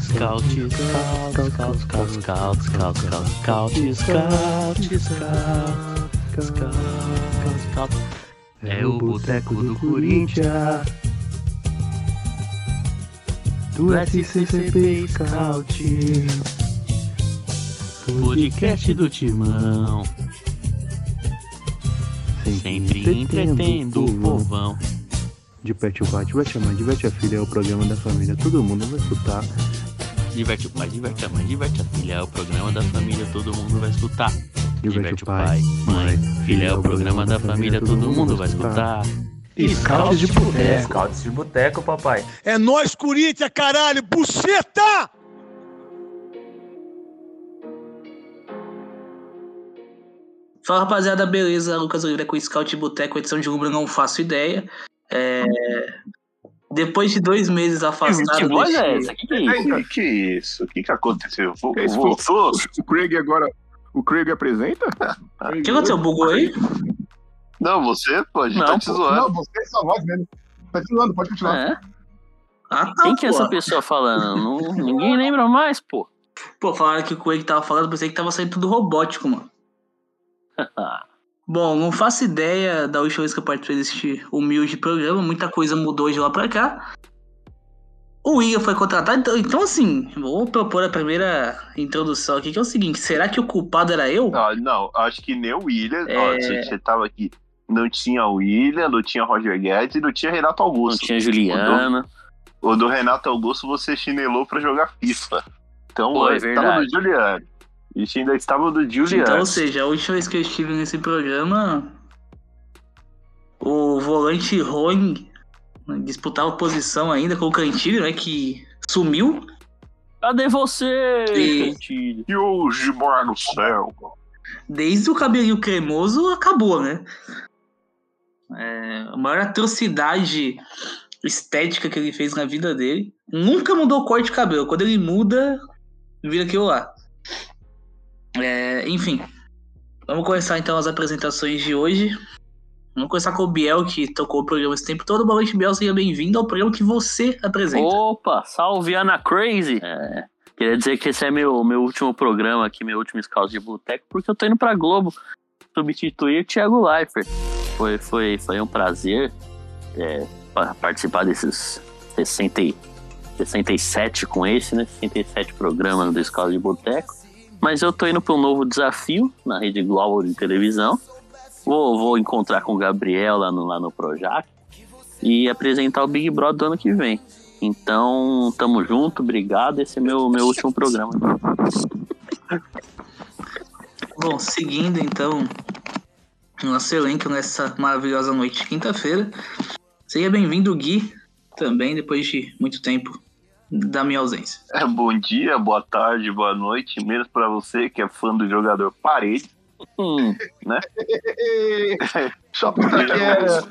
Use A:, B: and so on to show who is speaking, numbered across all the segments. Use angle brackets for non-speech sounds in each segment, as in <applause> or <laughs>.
A: Scout, scout, scout, scout, scout, scout, scout, scout, scout, scout, scout, scout. É o boteco do Corinthians. Do SCCP Scout. Podcast do Timão. Sempre entretendo o povão.
B: Diverte o pai, diverte a mãe, diverte a filha, é o programa da família, todo mundo vai escutar.
A: Diverte o pai, diverte a mãe, diverte a filha. É o programa da família, todo mundo vai escutar.
B: Diverte o pai,
A: mãe, filha. É o programa da família, todo mundo vai escutar. Scout de boteco.
C: Scouts de boteco, papai.
D: É nós, Corinthians, caralho, buceta!
E: Fala rapaziada, beleza? Lucas Oliveira com o Scout de Boteco, edição de Rubro Não Faço Ideia. É, Depois de dois meses afastado.
A: voz é
E: deste-
A: essa? Que que é isso?
F: Ei, que, que isso? O que, que aconteceu? Vo-
G: Esse
F: Voltou?
G: O Craig agora. O Craig apresenta?
E: O que aconteceu? Bugou aí?
F: Não, você, pô, a gente
A: Não,
F: tá te
A: pô,
F: zoando.
H: Não, você é sua voz mesmo. Tá te zoando, pode continuar.
A: É?
E: Ah, tá.
A: Quem que é
E: pô.
A: essa pessoa falando? Não- ninguém lembra mais, pô.
E: Pô, falaram que o Coelho tava falando, pensei que tava saindo tudo
A: <laughs>
E: robótico, mano. Bom, não faço ideia da última vez que eu participei deste humilde programa, muita coisa mudou de lá pra cá. O William foi contratado, então, então assim, vou propor a primeira introdução aqui, que é o seguinte, será que o culpado era eu?
F: Não, Ah, não, acho que nem o William.
E: É.
F: ó, você, você tava aqui. Não tinha o William, não tinha Roger Guedes e não tinha Renato
A: Não
F: Augusto.
A: tinha Juliana.
F: O do Renato Augusto você chinelou pra jogar FIFA. Então,
A: Pô, é
F: eu estava
A: verdade.
F: no Juliano. A gente ainda estava no Juliano.
E: Então, ou seja, a última vez que eu estive nesse programa, o volante Roing né, disputava posição ainda com o Cantilho, né, que sumiu.
A: Cadê você,
E: E-
A: Cantilho?
F: E hoje, bora no céu.
E: desde o cabelinho cremoso acabou, né? É, a maior atrocidade estética que ele fez na vida dele. Nunca mudou o corte de cabelo. Quando ele muda, vira aquilo lá. É, enfim, vamos começar então as apresentações de hoje. Vamos começar com o Biel, que tocou o programa esse tempo todo. Boa noite, Biel. Seja bem-vindo ao programa que você apresenta.
A: Opa, salve Ana Crazy. É, queria dizer que esse é meu, meu último programa aqui, meu último scout de boteco, porque eu tô indo pra Globo substituir o Thiago Leifert. Foi, foi, foi um prazer é, pa- participar desses 60, e- 67 com esse, né? 67 programas do Scout de Boteco. Mas eu tô indo pra um novo desafio na Rede Globo de televisão. Vou, vou encontrar com o Gabriel lá no, lá no Projac e apresentar o Big Brother do ano que vem. Então, tamo junto, obrigado. Esse é meu, meu último programa.
E: Bom, seguindo então nosso elenco nessa maravilhosa noite de quinta-feira. Seja bem-vindo, Gui, também, depois de muito tempo da minha ausência.
F: É, bom dia, boa tarde, boa noite. Menos pra você que é fã do jogador Parede.
A: Hum,
H: Só porque era.
F: é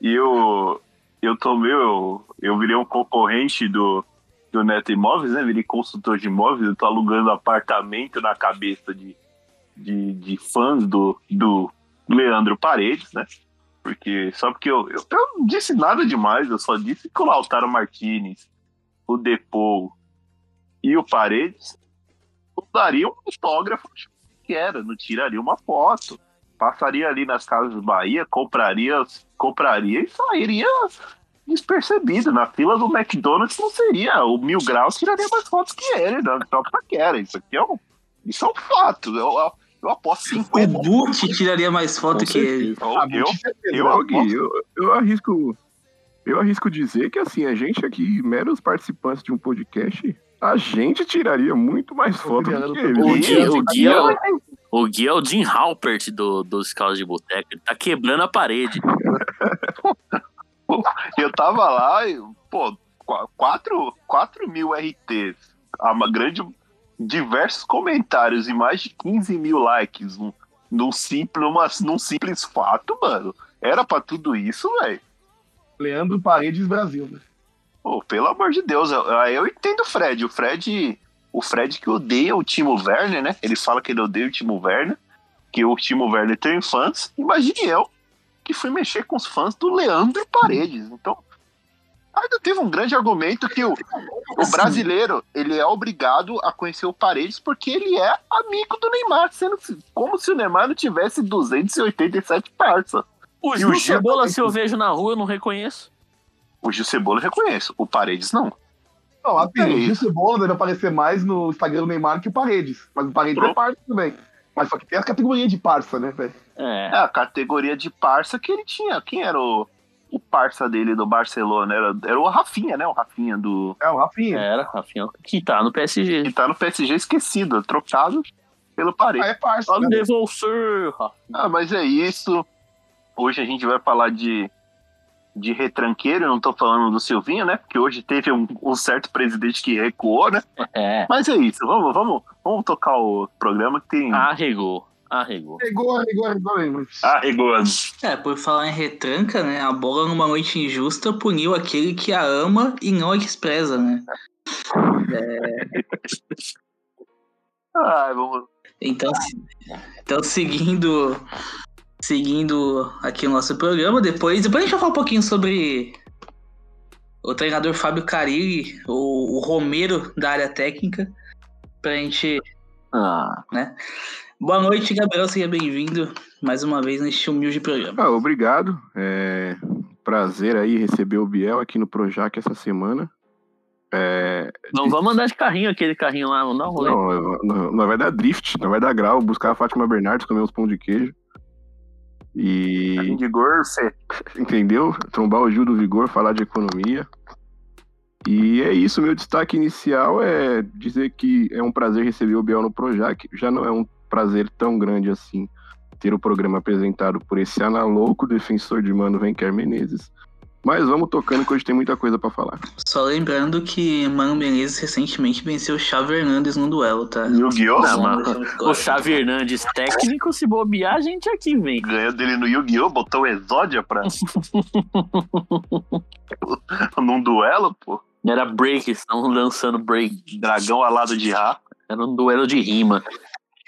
F: E eu, eu tomei, eu, eu virei um concorrente do, do Neto Imóveis, né? Virei consultor de imóveis, eu tô alugando apartamento na cabeça de, de, de fãs do, do Leandro Paredes, né? Porque, só porque eu, eu, eu não disse nada demais, eu só disse que o Lautaro Martinez, o Depou e o Paredes eu daria um autógrafo que era, não tiraria uma foto passaria ali nas casas do Bahia, compraria, compraria e sairia despercebido. Na fila do McDonald's não seria. O Mil Graus tiraria mais fotos que ele, né? Só pra que era. Isso aqui é um, isso é um fato. Eu, eu, eu aposto 50.
E: O Boot tiraria mais foto que ele.
F: Eu- eu- eu-
G: Ô, Gui, eu, eu arrisco. Eu arrisco dizer que assim, a gente aqui, meros participantes de um podcast, a gente tiraria muito mais foto do que
A: o,
G: ele.
A: Gui, o, Gui é,
F: eu-
A: o, o Gui é o Jim Halpert do, do Scout de Boteco. Ele tá quebrando a parede.
F: <laughs> eu tava lá, e, pô, 4, mil RTs, a uma grande, diversos comentários e mais de 15 mil likes num, num simples, numa- num simples fato, mano. Era pra tudo isso, velho.
H: Leandro Paredes Brasil. né?
F: Pô, pelo amor de Deus, eu, eu entendo o Fred. O Fred. O Fred que odeia o Timo Werner, né? Ele fala que ele odeia o Timo Werner, que o Timo Werner tem fãs. Imagine eu que fui mexer com os fãs do Leandro Paredes. Então, Ainda teve um grande argumento que o, o
E: Assim,
F: brasileiro ele é obrigado a conhecer o Paredes porque ele é amigo do Neymar, sendo como se o Neymar não tivesse 287 parça.
A: O
F: E o
A: Gil
F: Gil
A: Cebola,
F: também.
A: se eu vejo na rua, eu não reconheço.
F: O Gil Cebola eu reconheço, o Paredes não.
I: Não, assim,
F: É
I: o Gil
F: isso.
I: Cebola deve aparecer mais no Instagram do Neymar que o Paredes. Mas o Paredes
F: Pronto.
I: é parça também. Mas só que tem a categoria de parça, né, velho?
A: É.
F: É a categoria de parça que ele tinha. Quem era o, o parça dele do Barcelona? Era, era o Rafinha, né? O Rafinha do.
I: É, o Rafinha.
A: Era, Rafinha, que tá no PSG.
F: Que tá no PSG esquecido, trocado pelo Paredes.
I: Aí é parça.
A: Só
I: né?
A: devolver, Rafinha.
F: Ah, mas é isso. Hoje a gente vai falar de, de retranqueiro, eu não tô falando do Silvinho, né? Porque hoje teve um, um certo presidente que recuou, né?
A: É.
F: Mas é isso, vamos, vamos, vamos tocar o programa que tem.
A: Arregou. Arregou.
I: Pegou, pegou, pegou bem, mas...
F: Arregou.
E: É, por falar em retranca, né? A bola numa noite injusta puniu aquele que a ama e não a despreza, né?
F: Ai, vamos.
E: Então, se- então seguindo seguindo aqui o nosso programa, depois, depois a gente vai falar um pouquinho sobre o treinador Fábio Carilli, o, o Romero da área técnica, pra gente...
A: Ah,
E: Boa noite, Gabriel, seja bem-vindo mais uma vez neste humilde programa.
J: Ah, obrigado. É prazer aí receber o Biel aqui no Projac essa semana. É,
A: não vamos andar de carrinho, aquele carrinho lá, não dá um rolê.
J: não, eu- não, não vai dar drift, não vai dar grau, buscar a Fátima Bernardes, comer uns pão de queijo. E
F: De Gorfe.
J: entendeu? Trombar o Gil do Vigor, falar de economia. E é isso, meu destaque inicial é dizer que é um prazer receber o Biel no Projac. Já não é um prazer tão grande assim ter o programa apresentado por esse analouco defensor de Mano Venquer Menezes. Mas vamos tocando que hoje tem muita coisa pra falar.
E: Só lembrando que Mano Menezes recentemente venceu o Chá Hernandes num duelo, tá?
F: Yu-Gi-Oh!
A: Não, mas- O
E: Oxa,
A: Xavi Hernandes técnico, se bobear, a gente aqui vem.
F: Ganhou dele no Yu-Gi-Oh! Botou o Exódia pra. <laughs> Num duelo, pô.
A: Era break, estão lançando break.
F: Dragão alado de Ra.
A: Era um duelo de rima.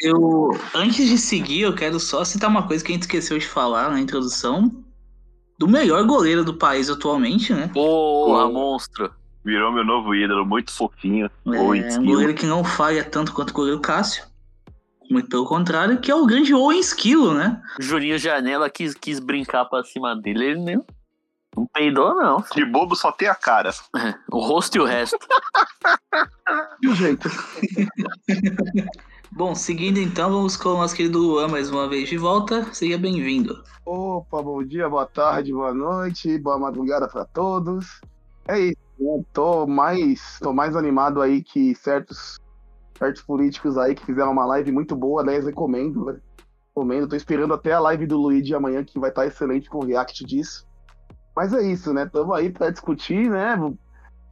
E: Eu, antes de seguir, eu quero só citar uma coisa que a gente esqueceu de falar na introdução. Do melhor goleiro do país atualmente, né?
A: Porra,
F: Pô.
A: monstro.
F: Virou meu novo ídolo, muito fofinho. Owen
E: É, um
F: Skill.
E: goleiro que não falha tanto quanto o goleiro Cássio. Muito pelo contrário, que é o grande Owen Esquilo, né?
A: Juninho Janela quis, quis brincar pra cima dele, ele nem. Não peidou, não.
F: De bobo só tem a cara.
A: O rosto e o resto.
I: E o jeito?
E: Bom, seguindo então, vamos com o nosso querido Luan mais uma vez de volta. Seja bem-vindo.
I: Opa, bom dia, boa tarde, boa noite, boa madrugada pra todos. É isso, né? tô mais, tô mais animado aí que certos, certos políticos aí que fizeram uma live muito boa, aliás, recomendo, né? recomendo. Tô esperando até a live do Luigi amanhã que vai estar excelente com o react disso. Mas é isso, né? Tamo aí pra discutir, né?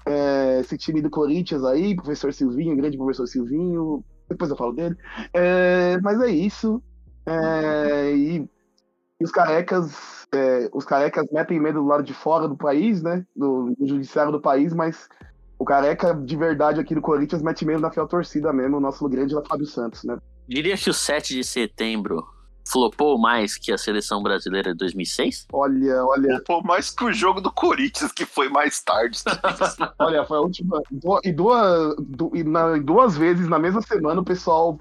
I: É, esse time do Corinthians aí, professor Silvinho, grande professor Silvinho, depois eu falo dele. É, mas é isso. É, e e os carecas, é, os carecas metem medo do lado de fora do país, né? Do, do judiciário do país, mas o careca de verdade aqui do Corinthians mete medo na fiel torcida mesmo, o nosso grande Fábio Santos, né?
A: Diria que o 7 de setembro flopou mais que a seleção brasileira de 2006?
I: Olha,
F: <laughs>
I: olha,
F: Pô, mais que o jogo do Corinthians, que foi mais tarde.
I: olha, foi a última. du- E duas, du- e na- e duas vezes na mesma semana o pessoal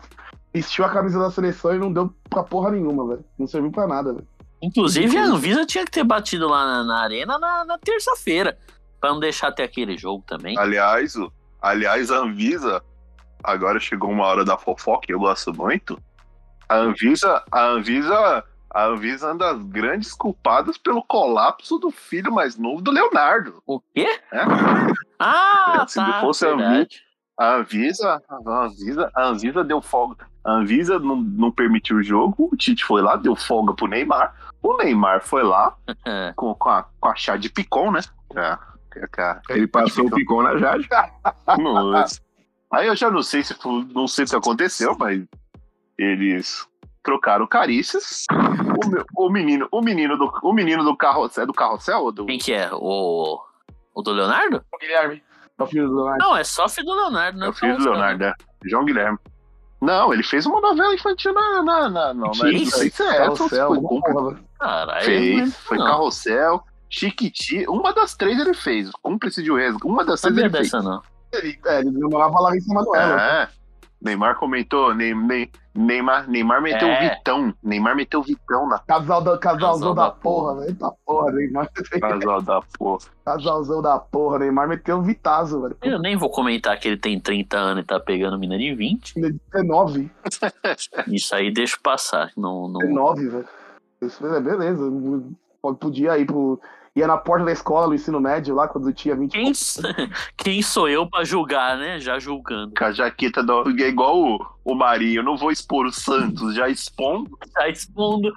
I: vestiu a camisa da seleção e não deu pra porra nenhuma, velho. Não serviu pra nada, velho.
A: Inclusive, a Anvisa tinha que ter batido lá na, na arena na, na terça-feira. Pra não deixar até aquele jogo também.
F: Ah.
H: Aliás, o- aliás, a Anvisa, agora chegou uma hora da fofoca, eu gosto muito. A Anvisa, a Anvisa, a Anvisa é uma das grandes culpadas pelo colapso do filho mais novo do Leonardo.
A: O quê?
H: É.
A: Ah,
H: Se
A: tá.
H: não fosse a
A: verdade.
H: A Anvisa, a Anvisa, a Anvisa deu folga. A Anvisa não, não permitiu o jogo, o Tite foi lá, deu folga pro Neymar. O Neymar foi lá
A: É.
H: com, com, a, com a chá de picon, né? É, é, é,
J: Ele passou o picão na Jade.
H: Nossa. Aí eu já não sei se fu- não sei se aconteceu, mas eles trocaram carícias. O, meu- o menino, o menino do, o menino do carrossel, é do carrossel ou do
A: <laughs> Quem que é? O, o do Leonardo?
I: O Guilherme. É o filho do Leonardo.
A: Não, é só filho do Leonardo,
F: É
A: né?
H: eu fiz do Leonardo, né? João Guilherme. Não, ele fez uma novela infantil na, na, na, não, na- não
A: Isso,
H: sei se é essa ou se
I: Carrossel,
H: foi
I: uma
H: Compra.
I: porra, velho.
A: Caralho. eu né? não
H: Fez,
A: lembro,
H: foi
A: não.
H: carrossel.
F: Chiquiti, uma das três ele fez. Cúmplice de Wesga. Uma das três
A: Sabia
F: ele fez.
A: dessa, não.
I: Ele, é, ele namorava lá em São Manuel.
F: É. Neymar comentou, Ney- Ney- Neymar, Neymar meteu
A: É.
F: o Vitão. Neymar meteu o Vitão na
I: Casal da, casalzão
A: Casal
I: da,
A: da
I: porra, velho. Eita porra, Neymar.
H: Casal da porra.
I: Casalzão da porra, Neymar meteu o Vitazo, velho.
A: Eu nem vou comentar que ele tem 30 anos e tá pegando mina de 20.
I: Ele é 19,
A: Isso aí deixa passar. Não, não...
I: 19, velho. Isso é beleza. Pode- Podia ir pro. Ia na porta da escola, no ensino médio, lá quando tinha 20
A: Quem, s- <laughs> quem sou eu pra julgar, né? Já julgando.
F: com a jaqueta do. É igual o, o Marinho. Eu não vou expor o Santos, já expondo.
A: Tá expondo.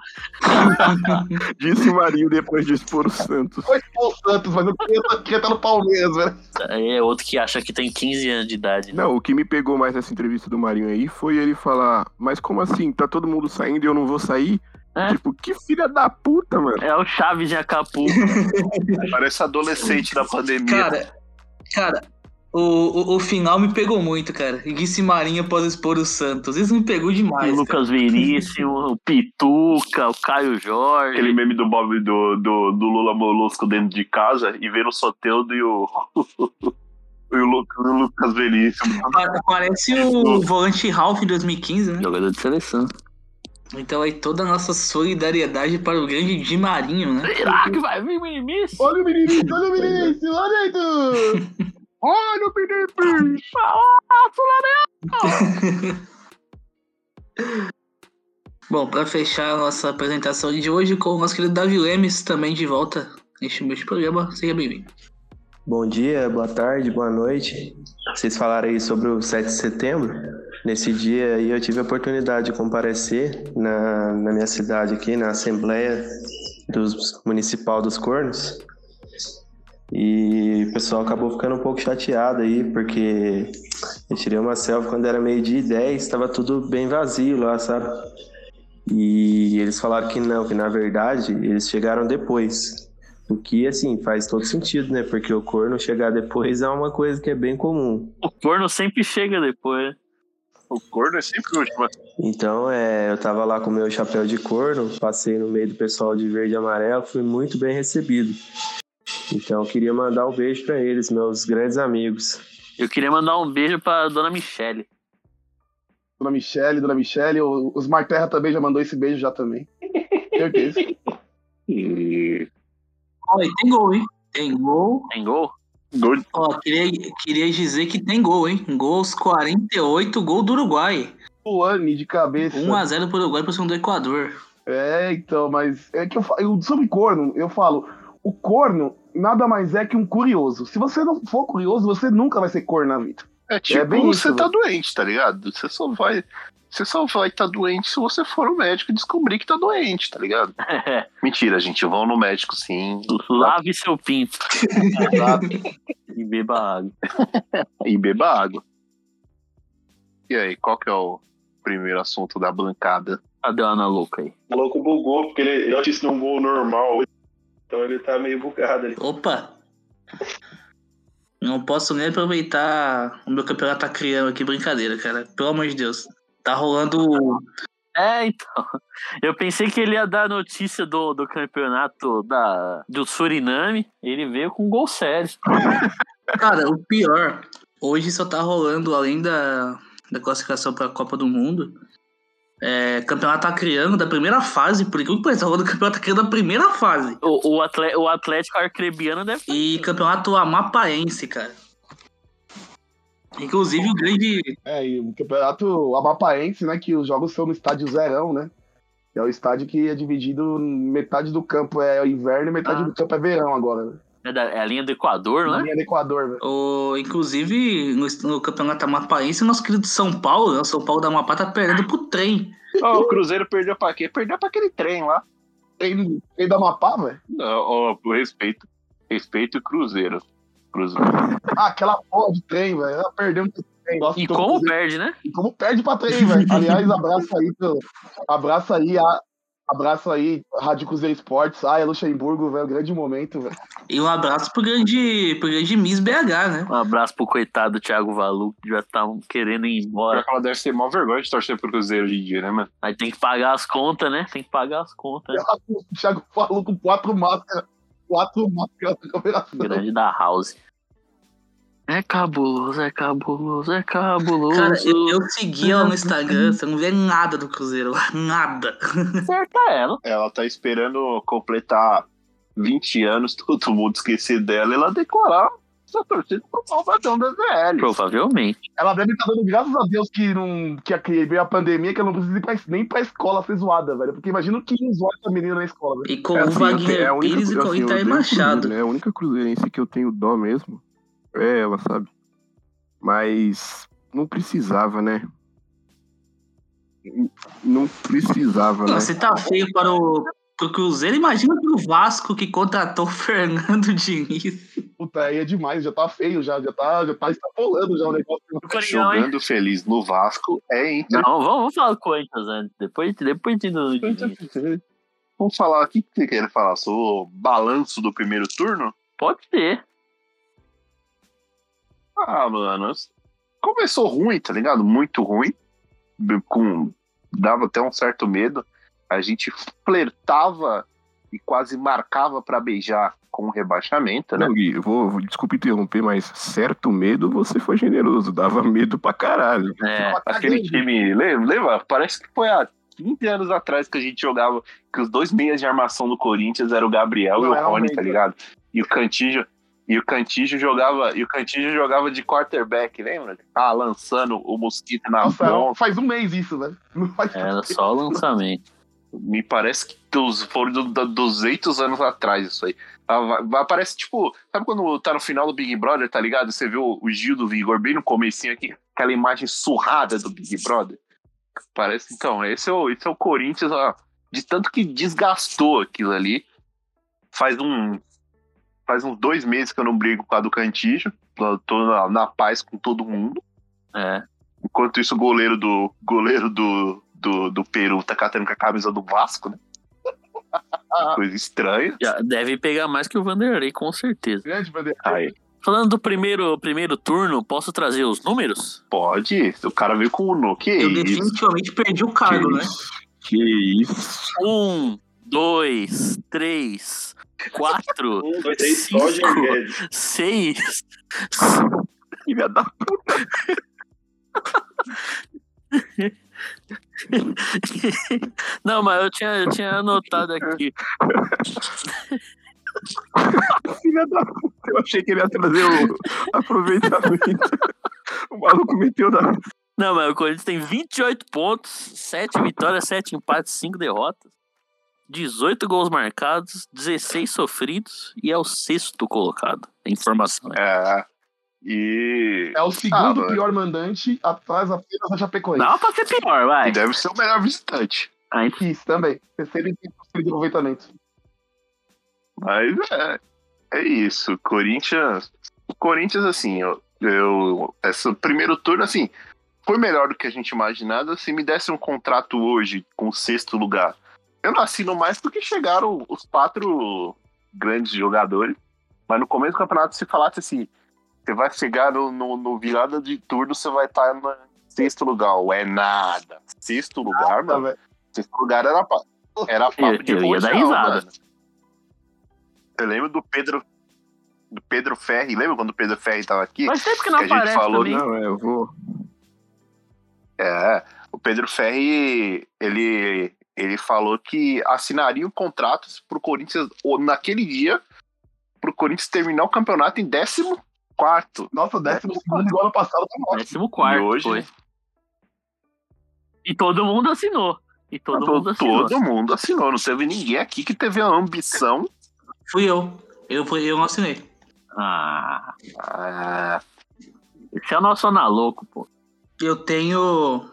J: Disse o Marinho depois de expor o Santos.
I: Foi expulso o Santos, mas eu queria, eu queria estar no Palmeiras, velho.
A: É outro que acha que tem 15 anos de idade. né?
J: Não, o que me pegou mais nessa entrevista do Marinho aí foi ele falar: Mas como assim? Tá todo mundo saindo e eu não vou sair?
A: É.
J: Tipo, que filha da puta, mano.
A: É o Chaves de Acapulco.
F: Parece adolescente da pandemia.
E: Cara, cara, o, o, o final me pegou muito, cara. Guice Marinho após expor o Santos. Isso me pegou demais.
A: o
E: cara.
A: Lucas Veríssimo, o Pituca, o Caio Jorge.
H: Aquele meme do Bob do, do, do Lula Molusco dentro de casa e ver o Soteudo e
F: <laughs>
H: o. e o, Lu- o Lucas
F: <laughs>
H: Veríssimo.
E: Pa-
A: <laughs>
E: Parece o volante Ralph de 2015, né?
A: Jogador de seleção.
E: Então aí toda a nossa solidariedade para o grande Di Marinho, né?
A: Será que vai vir menimis?
I: Olha o menino, olha o menino, olha aí, tu.
F: Olha o menino!
E: Bom, para fechar a nossa apresentação de hoje com o nosso querido Davi Lemes também de volta neste mês de programa. Seja bem-vindo.
K: Bom dia, boa tarde, boa noite. Vocês falaram aí sobre o 7 de setembro. Nesse dia aí eu tive a oportunidade de comparecer na, na minha cidade aqui, na Assembleia dos Municipal dos Cornos. E o pessoal acabou ficando um pouco chateado aí, porque eu tirei uma selfie quando era meio-dia e 10, estava tudo bem vazio lá, sabe? E eles falaram que não, que na verdade eles chegaram depois. O que, assim, faz todo sentido, né? Porque o corno chegar depois é uma coisa que é bem comum.
A: O corno sempre chega depois.
F: O corno é sempre o último.
K: Então, é, eu tava lá com o meu chapéu de corno, passei no meio do pessoal de verde e amarelo, fui muito bem recebido. Então, eu queria mandar um beijo pra eles, meus grandes amigos.
A: Eu queria mandar um beijo pra dona Michele.
I: Dona Michele, Dona Michele, o- os Marterra também já mandou esse beijo já também. Certeza.
E: Ó, e tem gol, hein? Tem gol.
A: Tem gol?
E: Ó, queria, queria dizer que tem gol, hein? Gol aos 48, gol do Uruguai.
I: Luane de cabeça.
E: 1x0 pro Uruguai pro cima do Equador.
I: É, então, mas é que eu, fa- eu sobre corno, eu falo, o corno nada mais é que um curioso. Se você não for curioso, você nunca vai ser corno na vida.
F: É tipo,
I: É bem
F: você
I: isso,
F: tá
I: velho.
F: doente, tá ligado? Você só vai. Você só vai estar tá doente se você for ao médico e descobrir que tá doente, tá <laughs> ligado? Mentira, gente. Vão no médico, <laughs> sim.
A: Lave seu pinto. e beba água.
F: E beba água. E aí, qual que é o primeiro assunto
H: <laughs>
F: da blancada?
A: Cadê a Ana Louca aí?
L: O maluco bugou, porque ele, ele disse num gol normal. Então ele tá meio bugado ali.
E: Opa! Não posso nem aproveitar o meu campeonato acriano aqui, brincadeira, cara. Pelo amor de Deus. Tá rolando.
A: É, então. <laughs> Eu pensei que ele ia dar a notícia do, do campeonato da, do Suriname. Ele veio com gol sério.
E: Cara, o pior. Hoje só tá rolando, além da, da classificação pra Copa do Mundo, é, campeonato acriano da primeira fase, por enquanto que pareça, tá rolando campeonato acriano da primeira fase.
A: O, o, atle- o Atlético Arcrebiano deve
E: E campeonato amapaense, cara. Inclusive o grande.
I: É, e o campeonato amapaense, né, que os jogos são no estádio Zerão, né? Que É o estádio que é dividido, metade do campo é inverno e metade
A: Ah.
I: do campo é verão agora. Né?
A: É, da- é a linha do Equador, não é?
I: Linha do Equador, velho.
E: O, inclusive, no, no campeonato amapaense, nosso querido São Paulo, né, o São Paulo da Amapá tá perdendo pro trem.
F: Ó, o Cruzeiro perdeu pra quê? Perdeu pra aquele trem lá.
I: Tem, tem da Amapá, velho?
H: Não, ó, respeito. Respeito o Cruzeiro. Cruzeiro.
I: Ah, aquela porra de trem, velho. Ela perdeu muito trem. Nossa,
A: E
I: tô
A: como
I: com-
A: perde, né?
I: E como perde pra trem, velho. Aliás, abraço aí, pro, abraço aí, a, abraço aí, Rádio Cruzeiro Esportes, ah, é Luxemburgo, velho, grande momento, velho. <laughs>
E: E um abraço pro grande, pro grande Miss BH, né?
A: Um abraço pro coitado Thiago Valu, que já tá querendo ir embora.
H: Ela deve ser mó vergonha de torcer pro Cruzeiro hoje em dia, né, mano?
A: Aí tem que pagar as contas, né? Tem que pagar as contas.
I: O Thiago falou com quatro máscaras, quatro máscaras na operação.
A: Grande da House. É cabuloso, é cabuloso, é cabuloso.
E: Cara, eu, eu segui ela no Instagram, você não vê nada do Cruzeiro lá, nada.
A: Acerta ela.
F: Ela tá esperando completar 20 anos, <laughs> todo mundo esquecer dela e ela decorar essa torcida pro Malvadão da ZL.
A: Provavelmente.
I: Ela deve estar dando graças a Deus que, não, que, a- que veio a pandemia, que ela não precisa ir pra, nem pra escola ser zoada, velho. Porque imagina o que ia zoar essa menina na escola, velho.
E: E com
J: É,
E: o
J: assim, eu tenho-
E: Wagner
J: é a única-
E: Pires e com o
J: assim, eu
E: Itair
J: odeio o Cruzeiro,
E: então, Machado.
J: né? A única cruzeirense que eu tenho dó mesmo é ela, sabe? Mas não precisava, né? Não precisava,
E: Não,
J: né?
E: se tá feio para o pro Cruzeiro, imagina pro Vasco que contratou o <laughs> Fernando Diniz.
I: Puta, aí é demais, já tá feio, já, já tá, já tá extrapolando já o negócio.
A: O Coringão, hein?
F: Jogando feliz no Vasco é
A: Não,
F: Inter.
A: vamos, vamos falar do Corinthians antes. Depois, depois de do Diniz.
F: Vamos falar, o que que você quer falar? Sobre o balanço do primeiro turno?
A: Pode ser.
F: Ah, mano, começou ruim, tá ligado? Muito ruim. Com, dava até um certo medo. A gente flertava e quase marcava pra beijar com o rebaixamento, né?
J: Não, Gui, eu vou, vou- desculpa interromper, mas certo medo você foi generoso, dava medo pra caralho.
A: É,
F: Aquele time, lembra, lembra? Parece que foi há 15 anos atrás que a gente jogava, que os dois meias de armação do Corinthians eram o Gabriel
I: Não,
F: e
I: era
F: o
I: o
F: Rony,
I: Mendes.
F: tá ligado? E o Cantijo, e o Cantijo jogava, e o Cantijo jogava de quarterback, lembra? Tava lançando o mosquito na
I: Nossa,
F: mão.
I: faz um mês isso, velho. Não faz
A: era é só o lançamento.
F: Me parece que dos, foram do, do- 200 anos atrás isso aí. Ah, vai- vai- Parece tipo, sabe quando tá no final do Big Brother, tá ligado? Você viu o Gil do Vigor bem no comecinho aqui, aquela imagem surrada do Big Brother. Parece, então, esse é o, esse é o Corinthians, ó, de tanto que desgastou aquilo ali. Faz um faz uns dois meses que eu não brigo com a do Cantijo, tô- tô na- na paz com todo mundo.
A: É.
F: Enquanto isso, o goleiro do goleiro do, do, do Peru tá catando com a camisa do Vasco, né?
M: Ah.
F: Coisa estranha.
A: Já deve pegar mais que o Vanderlei, com certeza.
I: grande, velho.
F: Aí,
A: Falando do primeiro, primeiro turno, posso trazer os números?
F: pode. O cara veio com o no. Que
E: Eu
F: isso?
E: definitivamente perdi o cargo, né?
J: Que isso?
A: Um, dois, três, quatro, <laughs>
M: Um, dois, três, Roger
A: Cinco.
M: Guedes.
A: seis, <laughs>
J: Filha da
A: Não, mas eu tinha, eu tinha anotado aqui.
J: filha da puta, eu achei que ele ia trazer
E: <laughs>
J: o aproveitamento. O maluco meteu da.
A: Não, mas o Corinthians tem 28 pontos, 7 vitórias, 7 empates, 5 derrotas, 18 gols marcados, 16 sofridos e é o sexto colocado. É Informação.
F: É. E.
I: É o segundo
F: Ah,
I: pior mandante atrás apenas da Chapecoense.
A: Dá pra ser pior,
F: E
A: vai.
F: deve ser o melhor visitante.
A: Ainda-
I: Isso também. 65% de aproveitamento.
F: Mas é. É isso. Corinthians. O Corinthians, assim, eu. eu esse primeiro turno, assim. Foi melhor do que a gente imaginava. Se me desse um contrato hoje com o sexto lugar, eu não assino mais porque chegaram os quatro grandes jogadores. Mas no começo do campeonato, se falasse assim, você vai chegar no, no, no virada de turno, você vai estar no sexto lugar. Ou é nada. Sexto lugar,
I: Tá,
F: mano.
I: velho.
F: Sexto lugar era, pa- era papo de
A: eu ia dar
F: mundial,
A: risada.
F: mano. Eu lembro do Pedro do Pedro Ferri, lembra quando o Pedro Ferri tava aqui?
A: Faz tempo que
F: Que
A: não
F: a gente
A: aparece
F: falou,
A: também.
J: Não, é, eu vou.
F: É, o Pedro Ferri, ele, ele falou que assinaria um contrato pro Corinthians ou naquele dia, pro Corinthians terminar o campeonato em 14.
I: Nossa, o décimo segundo igual ano passado tá ótimo.
A: Décimo quarto
F: E hoje?
A: foi. E todo mundo assinou. E todo
F: Todo,
A: mundo assinou.
F: Tá todo mundo assinou, não teve ninguém aqui que teve a ambição.
E: Fui eu. Eu, fui, eu não assinei.
A: Ah,
F: Ah,
A: esse é o nosso analouco, pô.
E: Eu tenho.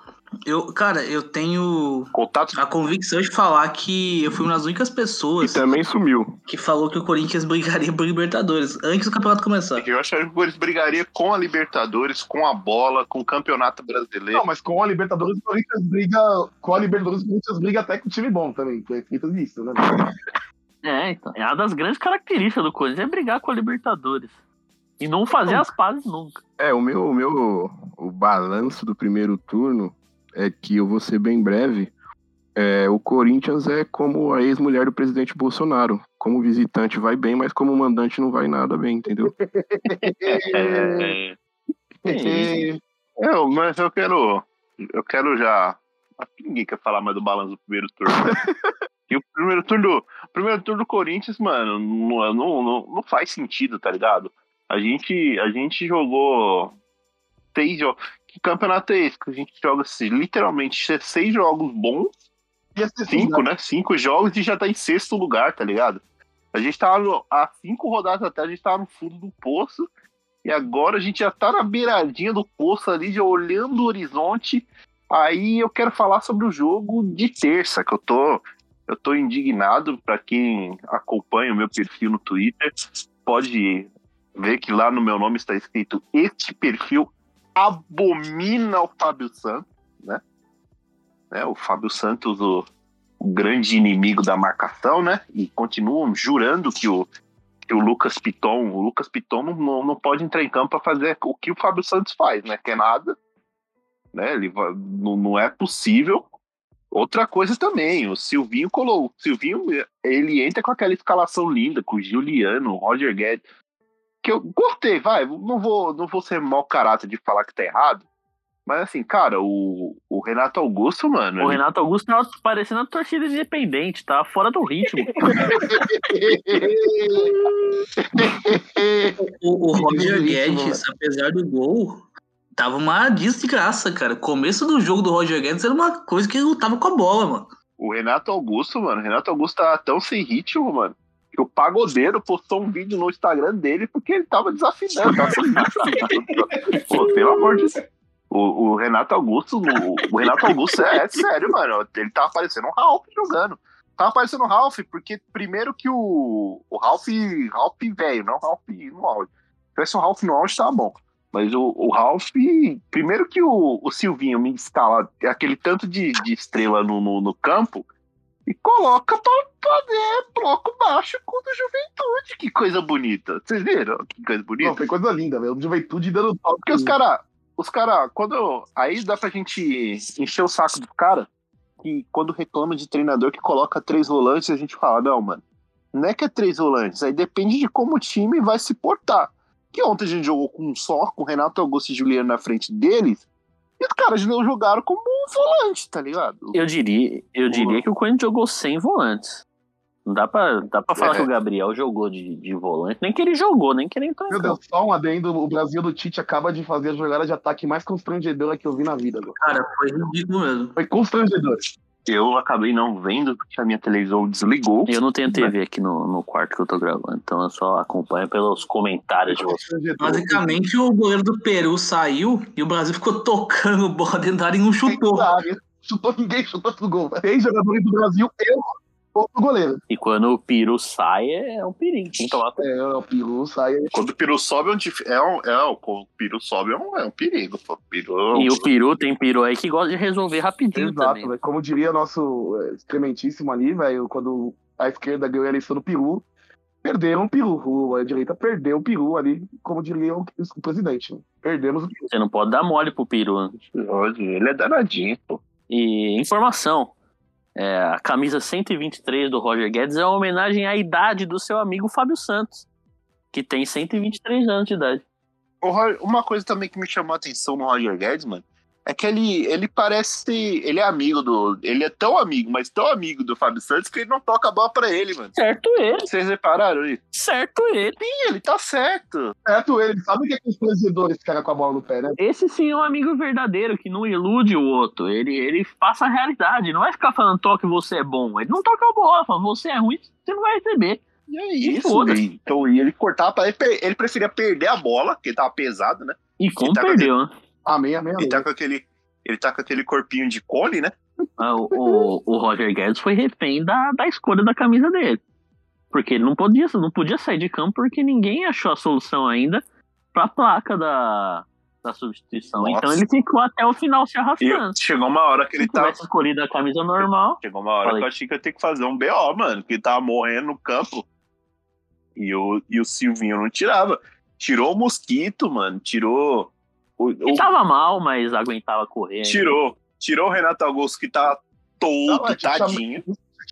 E: Eu, cara, eu tenho
F: contato
E: a convicção de falar que eu fui uma das únicas
J: E tá-
E: pessoas
J: também sumiu.
E: que falou que o Corinthians <laughs> brigaria por Libertadores antes do campeonato começar.
F: Eu acho que o Corinthians brigaria com a Libertadores, com a bola, com o Campeonato Brasileiro.
I: Não, mas com a Libertadores, o Corinthians briga. Com a Libertadores, o Corinthians briga até com o time bom também. Tem feito isso, né?
A: É, então. É uma das grandes características do Corinthians é brigar com a Libertadores. E não fazer as pazes nunca.
J: É, o meu, o meu o balanço do primeiro turno é que eu vou ser bem breve. É, o Corinthians é como a ex-mulher do presidente Bolsonaro. como visitante vai bem, mas como mandante não vai nada bem, entendeu?
F: É, eu, mas eu quero. Eu quero já. acho que Ninguém quer falar mais do balanço do primeiro turno. né? e o primeiro turno. O primeiro turno do Corinthians, mano, não, não, não, não faz sentido, tá ligado? A gente, a gente jogou seis jogos. Que campeonato é esse? Que a gente joga assim, literalmente seis jogos bons,
I: Ia ser
F: cinco, né? Cinco jogos e já tá em sexto lugar, tá ligado? A gente tava no- há cinco rodadas atrás, a gente tava no fundo do poço. E agora a gente já tá na beiradinha do poço ali, já olhando o horizonte. Aí eu quero falar sobre o jogo de terça, que eu tô. Eu tô indignado pra quem acompanha o meu perfil no Twitter. Pode ver que lá no meu nome está escrito este perfil abomina o Fábio Santos, né? né? O Fábio Santos, o, o grande inimigo da marcação, né? E continuam jurando que o, que o Lucas Piton, o Lucas Piton não, não, não pode entrar em campo para fazer o que o Fábio Santos faz, né? Que é nada, né? Ele va- não, não é possível. Outra coisa também, o Silvinho colou, o Silvinho ele entra com aquela escalação linda com o Juliano, o Roger Guedes, que eu gostei, vai, não vou, não vou ser mau caráter de falar que tá errado. Mas assim, cara, o, o Renato Augusto, mano,
A: O
F: ele
A: Renato Augusto tava parecendo a torcida independente, tava fora do <laughs> ritmo.
E: O, o Roger
I: Ritmo,
E: Guedes, apesar do gol, tava uma desgraça, cara. O começo do jogo do Roger Guedes era uma coisa que ele lutava com a bola, mano.
F: O Renato Augusto, mano, o Renato Augusto tá tão sem ritmo, mano, que o pagodeiro postou um vídeo no Instagram dele porque ele tava desafinando. Tava sem ritmo. Pô, pelo amor de Deus. O, o Renato Augusto, o, o Renato Augusto é, é sério, mano. Ele tava parecendo um Ralph jogando. Tava parecendo um Ralph, porque primeiro que o, o Ralph, Ralph velho, não Ralph no auge. Se tivesse um Ralph no auge, tava bom. Mas o, o Ralph, primeiro que o, o Silvinho me instala aquele tanto de, de estrela no- no, no campo, e coloca pra fazer bloco baixo contra a juventude. Que coisa bonita. Vocês viram? Que coisa bonita.
I: Não, foi coisa linda, velho. Juventude dando toque.
F: Porque os caras, os cara, quando. eu- Aí dá pra gente encher o saco do cara que quando reclama de treinador que coloca três volantes, a gente fala, não, mano, não é que é três volantes, aí depende de como o time vai se portar. Que ontem a gente jogou com um só, com o Renato Augusto e Juliano na frente deles, e os caras não jogaram como um volante, tá ligado?
A: Eu diria, eu diria que o Corinthians jogou sem volantes. Não dá pra, dá pra falar
F: É.
A: que o Gabriel jogou de, de volante, nem que ele jogou, nem que ele entrou em
I: Meu
A: campo.
I: Deus, só um adendo. O Brasil do Tite acaba de fazer a jogada de ataque mais constrangedora que eu vi na vida, velho.
E: Cara, foi ridículo mesmo.
I: Foi constrangedor.
F: Eu acabei não vendo porque a minha televisão desligou.
A: Eu não tenho TV aqui no, no quarto que eu tô gravando, então eu só acompanho pelos
I: é
A: comentários de vocês.
I: Constrangedor.
E: Basicamente, o goleiro do Peru saiu e o Brasil ficou <laughs> tocando bola dentro da área e não chutou.
I: Área. Chutou ninguém, chutou pro gol. velho. Três jogadores do Brasil, eu, outro goleiro.
A: E quando o Piro sai, é um perigo. Tem que tomar cuidado.
I: É, o Pilu sai.
F: Quando o peru sobe, é um, dif- é um, é um- quando o peru sobe é um, é um perigo. pô. O é um peru-
A: E o Peru tem Peru aí que gosta de resolver rapidinho
I: Exato,
A: também.
I: velho. Como diria nosso é, excrementíssimo ali, velho, quando a esquerda ganhou a eleição do Peru, perderam o Peru. O- A direita perdeu o Peru ali, como diria o, o presidente. né? Perdemos o Peru.
A: Você não pode dar mole pro Peru.
F: Olha, Ele é danadinho, pô.
A: E informação: é, a camisa 123 do Roger Guedes é uma homenagem à idade do seu amigo Fábio Santos, que tem 123 anos de idade.
F: O Ro- Uma coisa também que me chamou a atenção no Roger Guedes, mano, é que ele, ele parece. Ele é amigo do. Ele é tão amigo, mas tão amigo do Fábio Santos que ele não toca a bola pra ele, mano.
A: Certo ele,
F: Vocês repararam isso?
A: certo ele.
F: Ih, ele tá certo.
I: Certo ele. Sabe o que é constrangedor esse cara com a bola no pé, né?
A: Esse sim é um amigo verdadeiro que não ilude o outro. Ele, ele passa a realidade. Não é ficar falando, toque, você é bom. Ele não toca a bola, fala, você é ruim, você não vai receber.
F: E é
A: E
F: isso.
A: foda-se.
F: E, então, e ele cortava pra ele, pe- ele preferia perder a bola, que tava pesado, né?
A: E como
F: tá com
A: perdeu, né?
I: Amém, amém,
F: Ele
I: amém.
F: tá com aquele. Ele tá com aquele corpinho de cone, né?
A: Ah, O, o, o Roger Guedes foi refém da, da escolha da camisa dele. Porque ele não podia, não podia sair de campo porque ninguém achou a solução ainda pra placa da, da substituição.
F: Nossa.
A: Então ele ficou até o final se
F: E
A: arrastando.
F: chegou uma hora que
A: Se
F: ele tá tava.
A: tivesse escolhido a camisa normal,
F: Chegou uma hora
A: Fala aí.
F: que eu achei que eu ia ter que fazer um BO, mano, que ele tava morrendo no campo. E o, e o Silvinho não tirava. Tirou o mosquito, mano. Tirou. O, o-
A: ele
H: Então,
A: tava mal, mas aguentava correr. ainda.
F: tirou. Tirou o Renato Augusto, que tava tá todo
I: Tava, tipo,
F: Então, tadinho.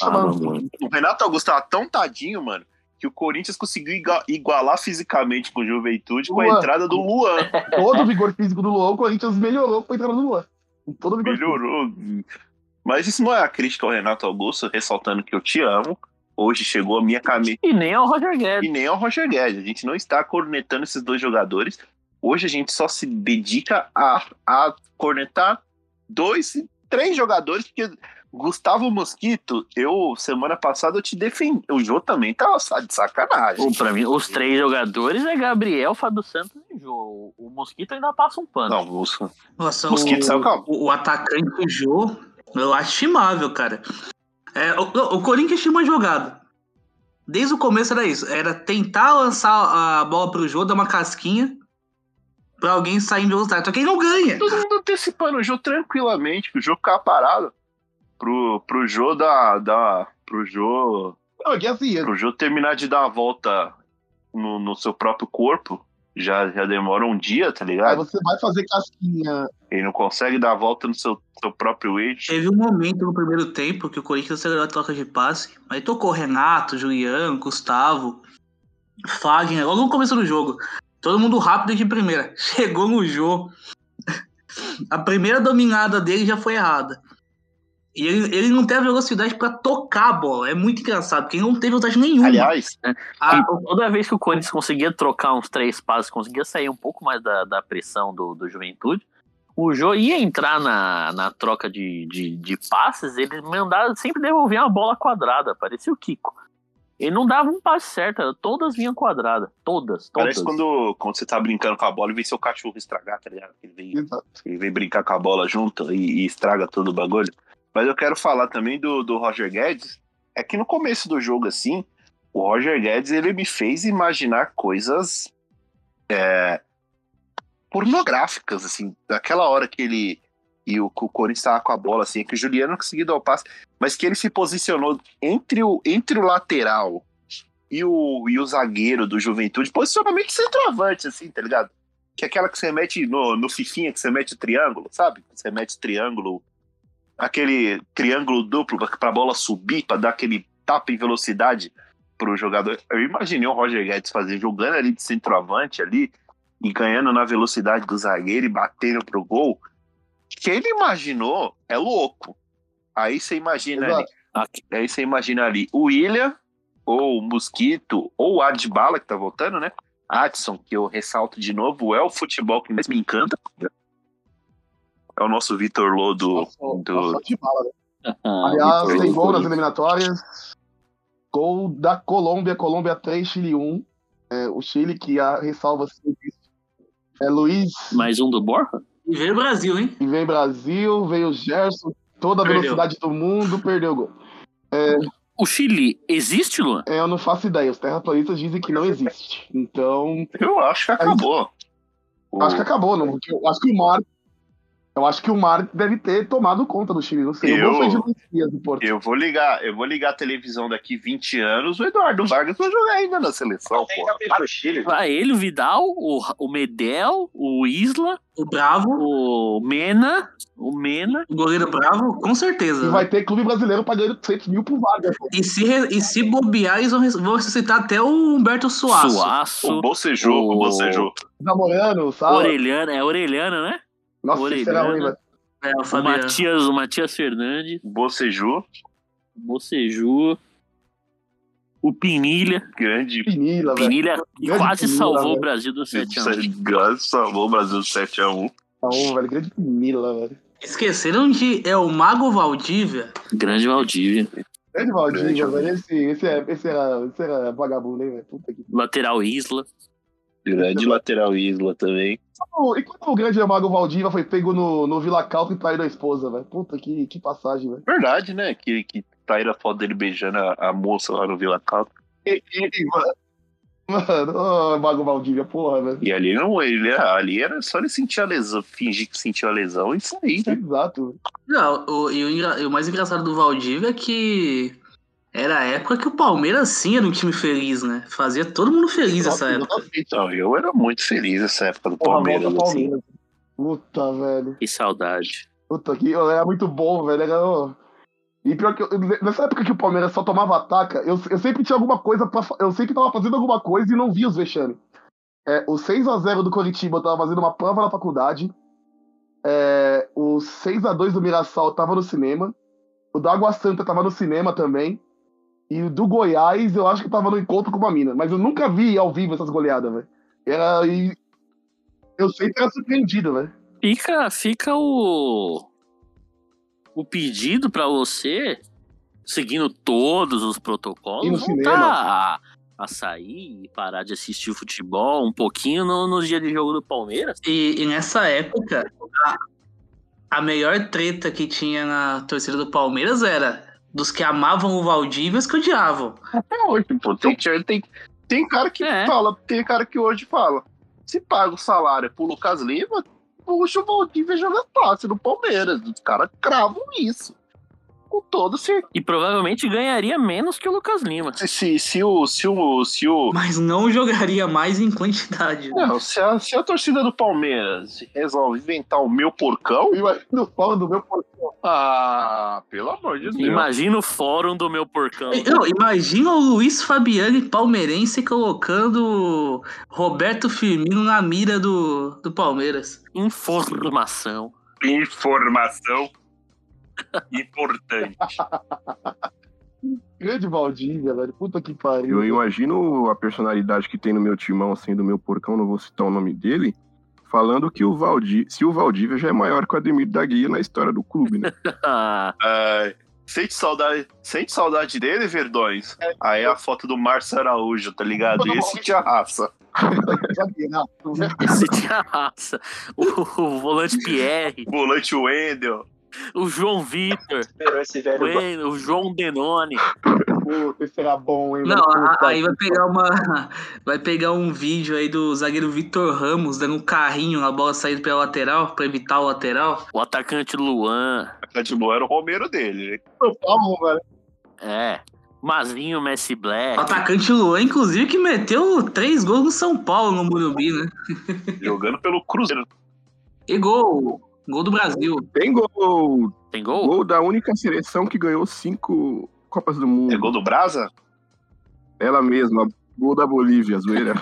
H: Ah,
F: mano,
H: mano.
F: O Renato Augusto tava tão tadinho, mano, que o Corinthians conseguiu iga- igualar fisicamente com o Juventude com
I: Luan.
F: a entrada do Luan. <laughs>
I: Todo o vigor físico do Luan, o Corinthians melhorou com a entrada do Luan. Todo o vigor
F: Melhorou. Mas isso não é a crítica ao Renato Augusto, ressaltando que eu te amo. Hoje chegou a minha camisa.
A: E nem é o Roger Guedes.
F: E nem ao Roger Guedes. A gente não está cornetando esses dois jogadores. Hoje a gente só se dedica a, a cornetar dois, três jogadores, porque Gustavo Mosquito, eu, semana passada, eu te defendi. O Jô também tá de sacanagem.
A: Bom, pra mim, os três jogadores é Gabriel, Fábio Santos e Jô. O Mosquito ainda passa um pano.
F: Não, Mosquito.
E: Nossa,
F: Mosquito saiu com a-
E: o, o, o atacante do Jô, eu acho estimável, cara. É, o, o Corinthians tinha uma jogada. Desde o começo era isso. Era tentar lançar a bola pro Jô, dar uma casquinha pra alguém sair em velocidade. Só que ele não ganha.
F: todo mundo antecipando o jogo tranquilamente, que o jogo ficava parado pro, pro Jô da, da. pro Jô.
I: Não, e assim,
F: pro Jô terminar de dar a volta no, no seu próprio corpo. Já, já demora um dia, tá
I: aí
F: ligado?
I: você vai fazer casquinha.
F: Ele não consegue dar a volta no seu, seu próprio eixo.
E: Teve um momento no primeiro tempo que o Corinthians acelerou a troca de passe. Aí tocou Renato, Juliano, Gustavo, Fagner, logo no começo do jogo. Todo mundo rápido e de primeira. <laughs> Chegou no jogo. A primeira dominada dele já foi errada. E ele, ele não teve velocidade pra tocar a bola. É muito engraçado, porque ele não teve velocidade nenhuma. Ah,
F: Aliás,
E: A-
A: E toda vez que o Corinthians conseguia trocar uns três passos, conseguia sair um pouco mais da, da pressão do, do Juventude, o Jô ia entrar na, na troca de, de, de passes, ele mandava, sempre devolvia uma bola quadrada, parecia o Kiko. Ele não dava um passe certo, era- todas vinham quadrada, todas, todas.
F: parece quando, quando você tá brincando com a bola e vem seu cachorro estragar, tá ligado? Ele vem,
I: Exato.
F: ele vem brincar com a bola junto e, e estraga todo o bagulho. Mas eu quero falar também do, do Roger Guedes. É que no começo do jogo, assim, o Roger Guedes ele me fez imaginar coisas é, pornográficas, assim, daquela hora que ele e o, que o Corinthians tava com a bola, assim, que o Juliano não conseguiu dar o passe, mas que ele se posicionou entre o, entre o lateral e o, e o zagueiro do Juventude, posicionamento de centroavante, assim, tá ligado? Que é aquela que você mete no, no fifinha, que você mete o triângulo, sabe? Você mete o triângulo, aquele triângulo duplo pra, pra bola subir, pra dar aquele tapa em velocidade pro jogador. Eu imaginei o Roger Guedes fazer, jogando ali de centroavante ali, e ganhando na velocidade do zagueiro e batendo pro gol. Que ele imaginou é louco. Aí você imagina ali,
I: Exato.
F: aí você imagina ali o William, ou o Mosquito, ou o Adbala, que tá voltando, né? Adson, que eu ressalto de novo, é o futebol que mais me encanta. É o nosso Vitor Lô do.
I: Passou-
F: do-
I: passou de bala, né?
A: <laughs> Ah,
I: Aliás,
F: Vitor
I: tem
F: Hugo,
I: gol nas
F: Corinthians.
I: eliminatórias. Gol da Colômbia, Colômbia 3, Chile 1. É, o Chile que a ressalva assim, é Luiz
A: Mais um do Borja?
E: E veio o Brasil, hein?
I: e veio Brasil, veio Gerson, toda a
E: Perdeu.
I: velocidade do mundo, perdeu o gol.
A: O Chile existe, Luan?
I: É, eu não faço ideia, os terraplanistas dizem que não existe. Então,
F: Eu acho que acabou.
I: acho que acabou, não. porque Eu acho que o Mar. Eu acho que o Mar deve ter tomado conta do Chile, não sei. O
F: Eu-
I: gol foi de Luiz Dias do Porto.
F: Eu vou ligar, eu vou ligar a televisão daqui 20 anos, o Eduardo Vargas vai jogar ainda na seleção,
L: Tem
F: pô.
L: capitão do Chile.
A: Ah, ele, o Vidal, o, o Medel, o Isla,
E: O Bravo,
A: o Mena, o Mena.
E: o goleiro Bravo, com certeza.
I: E
E: né?
I: vai ter clube brasileiro pagando 100 mil pro Vargas.
E: E se, re- e se bobear, eles vão, res- vão ressuscitar até o Humberto Suaço.
A: Suaço.
F: O Bocejou, o
A: O-
F: Bocejou.
I: Namorando, sabe?
A: Orelhana, é Orelhana, né?
I: Nossa, que será ruim,
A: Orelhana.
I: velho.
E: É, o
A: O
E: Fabiano.
A: Matias, o Matias Fernandes,
F: O Bocejou,
A: o Boceju, o Pinilha.
F: grande.
I: Pinila, velho.
A: Pinilha
I: Tá Grande
A: quase
I: Pinilha, né?
A: salvou
I: velho.
A: o Brasil do 7x1.
F: Graças salvou o Brasil 7x1.
I: Não, Tá velho. Grande Pinila, velho.
E: Esqueceram de é o Mago Valdívia.
A: Grande Valdívia.
I: Grande Valdívia,
F: Grande,
I: velho. Esse, esse, é- esse, era, esse era vagabundo, hein, velho. Puta que
A: Lateral Isla.
F: Grande lateral Isla também.
I: Pô, E quando o grande Mago Valdívia foi pego no, no Vila Calca e traiu a esposa, velho? Puta que, que passagem, velho.
F: Verdade, né? Que, que saíram a foto dele beijando a, a moça lá no Vila Calca.
I: Mano, ô, Mago Valdívia, porra, velho.
F: E ali não, ele, ali era só ele sentir a lesão, fingir que sentiu a lesão e sair, né?
I: Exato, velho.
E: Não, o, e, o, engra- e o mais engraçado do Valdívia é que era a época que o Palmeiras sim era um time feliz, né? Fazia todo mundo feliz essa época.
F: Então, eu era muito feliz nessa época do
I: Porra,
F: Palmeiras,
I: volta
F: assim.
I: Palmeiras. Puta, velho.
A: Que saudade.
I: Puta que. Era muito bom, velho. Era, ô, E pior que eu, nessa época que o Palmeiras só tomava ataca, eu, eu sempre tinha alguma coisa pra, fa- Eu sempre tava fazendo alguma coisa e não via os vexame. É, o 6x0 do Coritiba eu tava fazendo uma prova na faculdade. É, o 6x2 do Mirassol eu tava no cinema. O do Água Santa eu tava no cinema também. E o do Goiás eu acho que eu tava no encontro com uma mina. Mas eu nunca vi ao vivo essas goleadas, velho. Era. E, eu sempre era surpreendido, velho.
A: Fica, fica o, o pedido pra você, seguindo todos os
I: Ir no
A: protocolos,
I: cinema.
A: voltar a, a sair e parar de assistir futebol um pouquinho no- nos dias de jogo do Palmeiras.
E: E, e nessa época, a, a melhor treta que tinha na torcida do Palmeiras era dos que amavam o Valdívia e os que odiavam.
F: Até hoje, pô. Tem, tem, tem cara que
A: É.
F: fala, tem cara que hoje fala. Se paga o salário pro Lucas Lima, puxa o Valdívia joga fácil no Palmeiras. Os caras cravam isso. Com toda certeza.
A: E provavelmente ganharia menos que o Lucas Lima.
F: Se, se, se o. Se o. Se o.
E: Mas não jogaria mais em quantidade.
F: Não, se a, se a torcida do Palmeiras resolve inventar o meu porcão,
I: E, ué, No fora do meu
F: ah, pelo amor de Deus.
A: Imagina o fórum do meu porcão.
E: E- não, imagina o Luiz Fabiani palmeirense colocando o Roberto Firmino na mira do, do Palmeiras.
A: Informação.
H: Informação importante.
I: grande Valdívia, velho. Puta que pariu.
J: Eu imagino a personalidade que tem no meu timão, assim, do meu porcão, não vou citar o nome dele, falando que o Valdi, se o Valdívia já é maior que o Ademir da Guia na história do clube, né?
A: Ah,
H: Ai, Ah, sente, saudade, sente saudade dele, Verdões?
I: É.
H: Aí é a foto do Márcio Araújo, tá ligado? Esse te arrasa.
I: Zagueiraço.
A: Esse <laughs> tinha raça. O, o volante Pierre,
H: Volante Wendel.
A: o João Vitor,
L: Esperou esse
A: o,
L: velho.
A: En- o João Denone.
I: Puta, esse era bom, hein?
E: Não,
I: velho?
E: a-
I: Puta
E: aí vai
I: que
E: pegar uma. <laughs> Vai pegar um vídeo aí do zagueiro Vitor Ramos dando um carrinho na bola saindo pela lateral pra evitar o lateral.
A: O atacante Luan.
H: Tipo, era o Romero dele, né?
I: pariu, Paulo, velho.
A: É. Mazinho Messi
E: O
A: Black.
E: atacante Luan, inclusive, que meteu três gols no São Paulo no Murumbi, né?
H: Jogando pelo Cruzeiro.
E: E gol! Gol do Brasil.
J: Tem gol,
A: Tem
H: Oh.
A: gol?
J: gol da única seleção que ganhou cinco Copas do Mundo.
H: É gol do Brasa?
J: Ela mesma, gol da Bolívia, zoeira.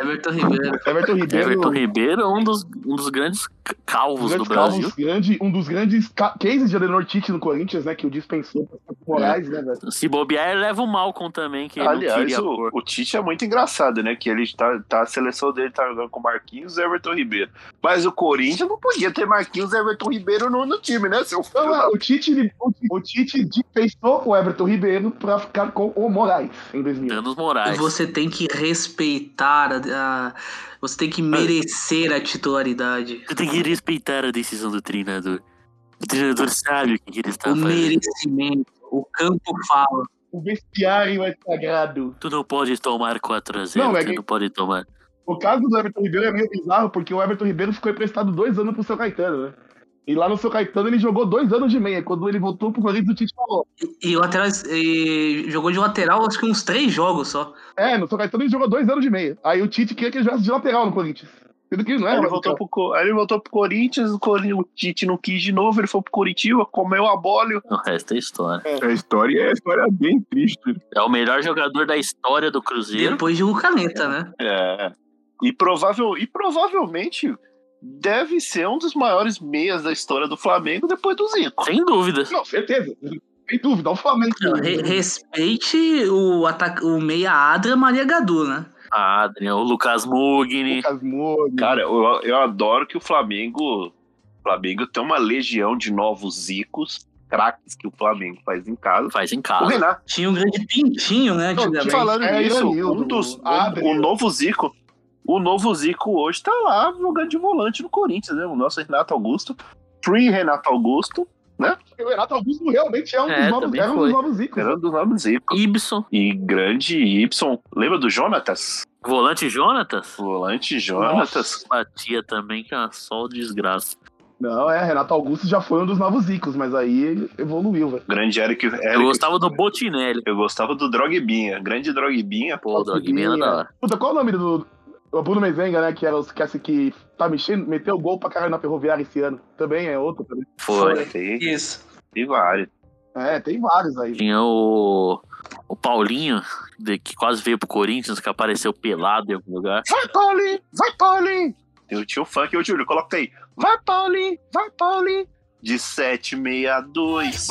E: Everton
I: <laughs>
E: Ribeiro.
I: Everton Ribeiro. um
A: Everton Ribeiro é um dos, um dos grandes c- calvos do
I: Grande
A: Brasil.
I: Calvos, grande, um dos grandes ca- cases de Adenor Tite no Corinthians, né? Que o dispensou para Moraes, né, velho?
A: Se bobear, ele leva o Malcom também, que não
H: Aliás,
A: queria
H: o,
A: pôr.
H: o Tite é muito engraçado, né? Que ele tá, tá- a seleção dele tá jogando com Marquinhos e Everton Ribeiro. Mas o Corinthians não podia ter Marquinhos e Everton Ribeiro no, no time, né, seu filho?
I: Então,
H: da-
I: é, o Tite, ele- o Tite- o Tite dispensou o Everton Ribeiro pra ficar com o Moraes em 2000.
A: Danos Moraes.
E: Você tem que respeitar a, a- Você tem que merecer a titularidade.
A: Você tem que respeitar a decisão do treinador. O treinador sabe o que ele está
E: O
A: fazendo.
E: merecimento. O campo fala.
I: O vestiário é sagrado.
A: Tu não pode tomar 4 a 0
I: Não, é
A: tu
I: que-
A: não pode tomar.
I: O caso do Everton Ribeiro é meio bizarro, porque o Everton Ribeiro ficou emprestado dois anos pro seu Caetano, né? E lá no seu Caetano ele jogou dois anos de meia. Quando ele voltou pro Corinthians, o Tite falou:
E: E, o lateral, e jogou de lateral acho que uns três jogos só.
I: É, no seu Caetano ele jogou dois anos de meia. Aí o Tite queria que ele jogasse de lateral no Corinthians. Sendo que ele não
H: Aí
I: era.
H: ele,
I: lateral.
H: voltou pro, Co- aí ele voltou pro Corinthians, o, Cori- o Tite não quis de novo, ele foi pro Curitiba, comeu a bola. e-
A: O resto é história.
J: A história é a história bem triste.
A: É o melhor jogador da história do Cruzeiro.
E: Depois de Lucaneta, né?
H: É. E, provável, e provavelmente deve ser um dos maiores meias da história do Flamengo depois do Zico.
A: Sem dúvida.
I: Não, certeza. Sem dúvida, o Flamengo.
E: Re- respeite o, ataca- o meia Adra Maria Gadu, né?
A: A Ah, Adrian, o Lucas Mugni.
I: Lucas Moura.
H: Cara, eu, eu adoro que o Flamengo. O Flamengo tem uma legião de novos Zicos, craques que o Flamengo faz em casa.
A: Faz em
H: O
A: casa.
H: Renato,
E: Tinha um grande pintinho, né?
I: Não,
E: antigamente.
H: falando
I: É,
H: nisso,
I: Ivanildo,
H: um dos. um-
I: Adriano.
H: o novo Zico. O novo Zico hoje tá lá jogando de volante no Corinthians, né? O nosso Renato Augusto. Free Renato Augusto.
I: O Renato Augusto realmente é um dos
A: É,
I: novos,
A: também
I: era um
A: foi.
I: dos novos Zicos.
H: Era do nome Zico.
A: Ibson.
H: E grande Y. Lembra do Jonatas?
A: Volante Jonatas.
H: Volante Jonatas.
A: Batia também, que é uma só desgraça.
I: Não, é, Renato Augusto já foi um dos novos Zicos, mas aí ele evoluiu, velho.
H: Grande Eric.
F: É
A: Eu
H: Eric
A: gostava do Botinelli.
H: eu gostava do Drogbinha. Grande Drogbinha.
A: Pô, o Droguinha era da hora.
I: Puta, qual o nome do. O Bruno Mezenga, né? Que era os que, esse que tá mexendo, meteu gol pra caralho na ferroviária esse ano. Também é outro também.
A: Foi.
H: Tem,
E: Isso.
H: tem vários.
I: É, tem vários aí.
A: Tinha o, o Paulinho, de- que quase veio pro Corinthians, que apareceu pelado em algum lugar.
F: Vai, Paulinho! Vai, Paulinho! Tem o tio funk, ô Júlio, coloca aí. Vai, Paulinho! Vai, Paulinho! De 762.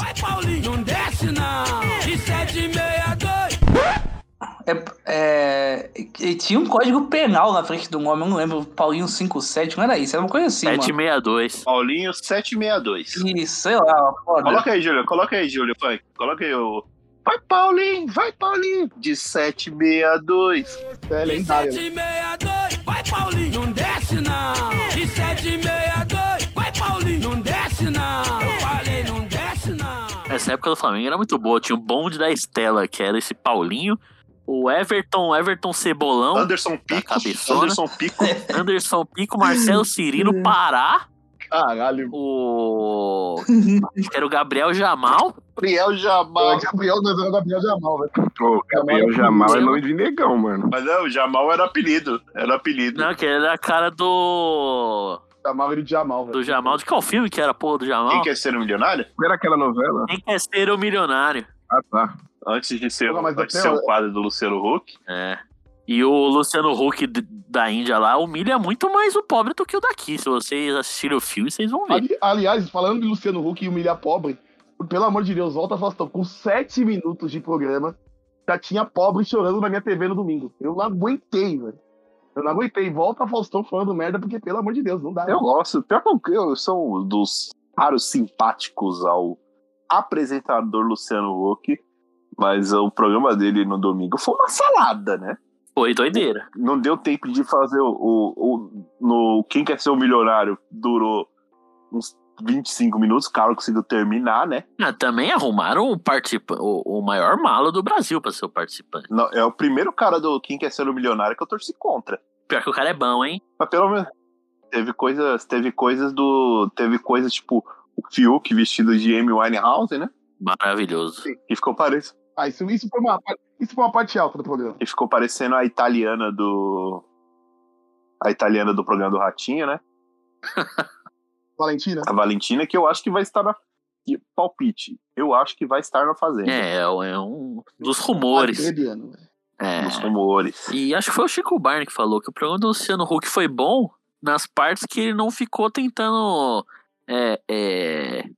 E: É, e tinha um código penal na frente de um homem, eu não lembro, Paulinho 57, não era isso, era uma coisa assim, mano.
A: 762.
F: Paulinho 762.
E: E, sei lá, foda.
F: Coloca aí, Júlio, coloca aí, Júlio funk. Coloca aí o. Vai, Paulinho! Vai, Paulinho! De 762.
I: É lendário. né?
A: Essa época do Flamengo era muito boa. Tinha o bonde da Estela, que era esse Paulinho. O Everton, Everton <laughs> Cebolão,
F: Anderson Pico.
A: cabeçona.
F: Anderson Pico.
A: Anderson Pico, Marcelo Cirino, Pará.
I: Caralho.
A: O. acho que Era o Gabriel Jamal.
F: Gabriel
I: O
F: Jamal.
I: Gabriel, é o Gabriel Jamal, velho.
J: Ô, Gabriel Jamal é nome de negão, mano.
F: Mas não, Jamal era apelido. Era apelido.
A: Não, né, que era a cara do.
I: Chamava ele de Jamal, velho.
A: Do Jamal. De qual filme que é? era a porra do
F: Quem
A: Jamal?
F: quer ser um milionário?
J: Como Era aquela novela?
A: Quem quer ser o milionário?
J: Ah, tá.
F: Antes de ser,
I: Não, mas
F: antes de
I: até
F: ser
I: eu-
F: um quadro do Luciano Huck.
A: É. E o Luciano Huck d- da Índia lá humilha muito mais o pobre do que o daqui. Se vocês assistirem o filme, vocês vão ver.
I: Ali- aliás, falando de Luciano Huck e humilhar pobre, pelo amor de Deus, volta Faustão, com sete minutos de programa, já tinha pobre chorando na minha TV no domingo. Eu não aguentei, velho. Eu não aguentei. Volta Faustão falando merda, porque pelo amor de Deus, não dá.
F: Eu gosto. Pior que eu, eu sou um dos raros simpáticos ao apresentador Luciano Huck. Mas o programa dele no domingo foi uma salada, né?
A: Foi doideira.
F: Não deu tempo de fazer o. o, o- no Quem Quer Ser o Milionário durou uns 25 minutos, o cara conseguiu terminar, né?
A: Ah, também arrumaram o, participa o, o maior malo do Brasil pra ser o participante.
F: Não, é o primeiro cara do Quem Quer Ser o Milionário que eu torci contra.
A: Pior que o cara é bom, hein?
F: Mas pelo menos teve coisas, teve coisas do, teve coisas tipo o Fiuk vestido de Amy Winehouse, né?
A: Maravilhoso.
F: E ficou parecendo,
I: Ah, isso, isso, foi uma, isso foi uma parte alta do programa.
F: e ficou parecendo a italiana do a italiana do programa do Ratinho, né?
I: Valentina?
F: A Valentina que eu acho que vai estar na e palpite. Eu acho que vai estar na fazenda.
A: É, é um- é um dos rumores.
I: Adriano, Tá velho.
A: É.
F: Nos rumores.
A: E acho que foi o Chico Barney que falou que o programa do Luciano Huck foi bom nas partes que ele não ficou tentando é, é,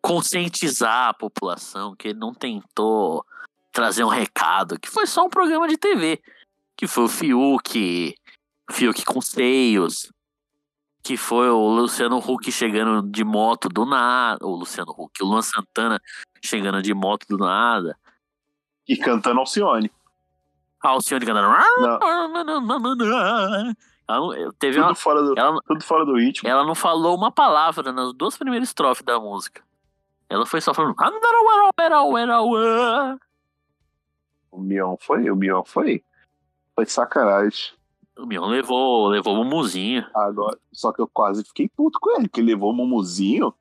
A: conscientizar a população, que ele não tentou trazer um recado, que foi só um programa de TV. Que foi o Fiuk, Fiuk com seios, que foi o Luciano Huck chegando de moto do nada, o Luciano Huck, o Luan Santana chegando de moto do nada.
F: E cantando Alcione.
A: Ah, o senhor cantando.
F: Não,
A: Ela não- teve uma-
F: tudo, fora do,
A: ela, É.
F: tudo fora do ritmo.
A: ela não falou uma palavra nas duas primeiras estrofes da música. Ela foi só falando.
F: O Mion foi, o Mion foi. Foi sacanagem.
A: O Mion levou, levou o mumuzinho.
F: Agora, só que eu quase fiquei puto com ele, que ele levou o Mumuzinho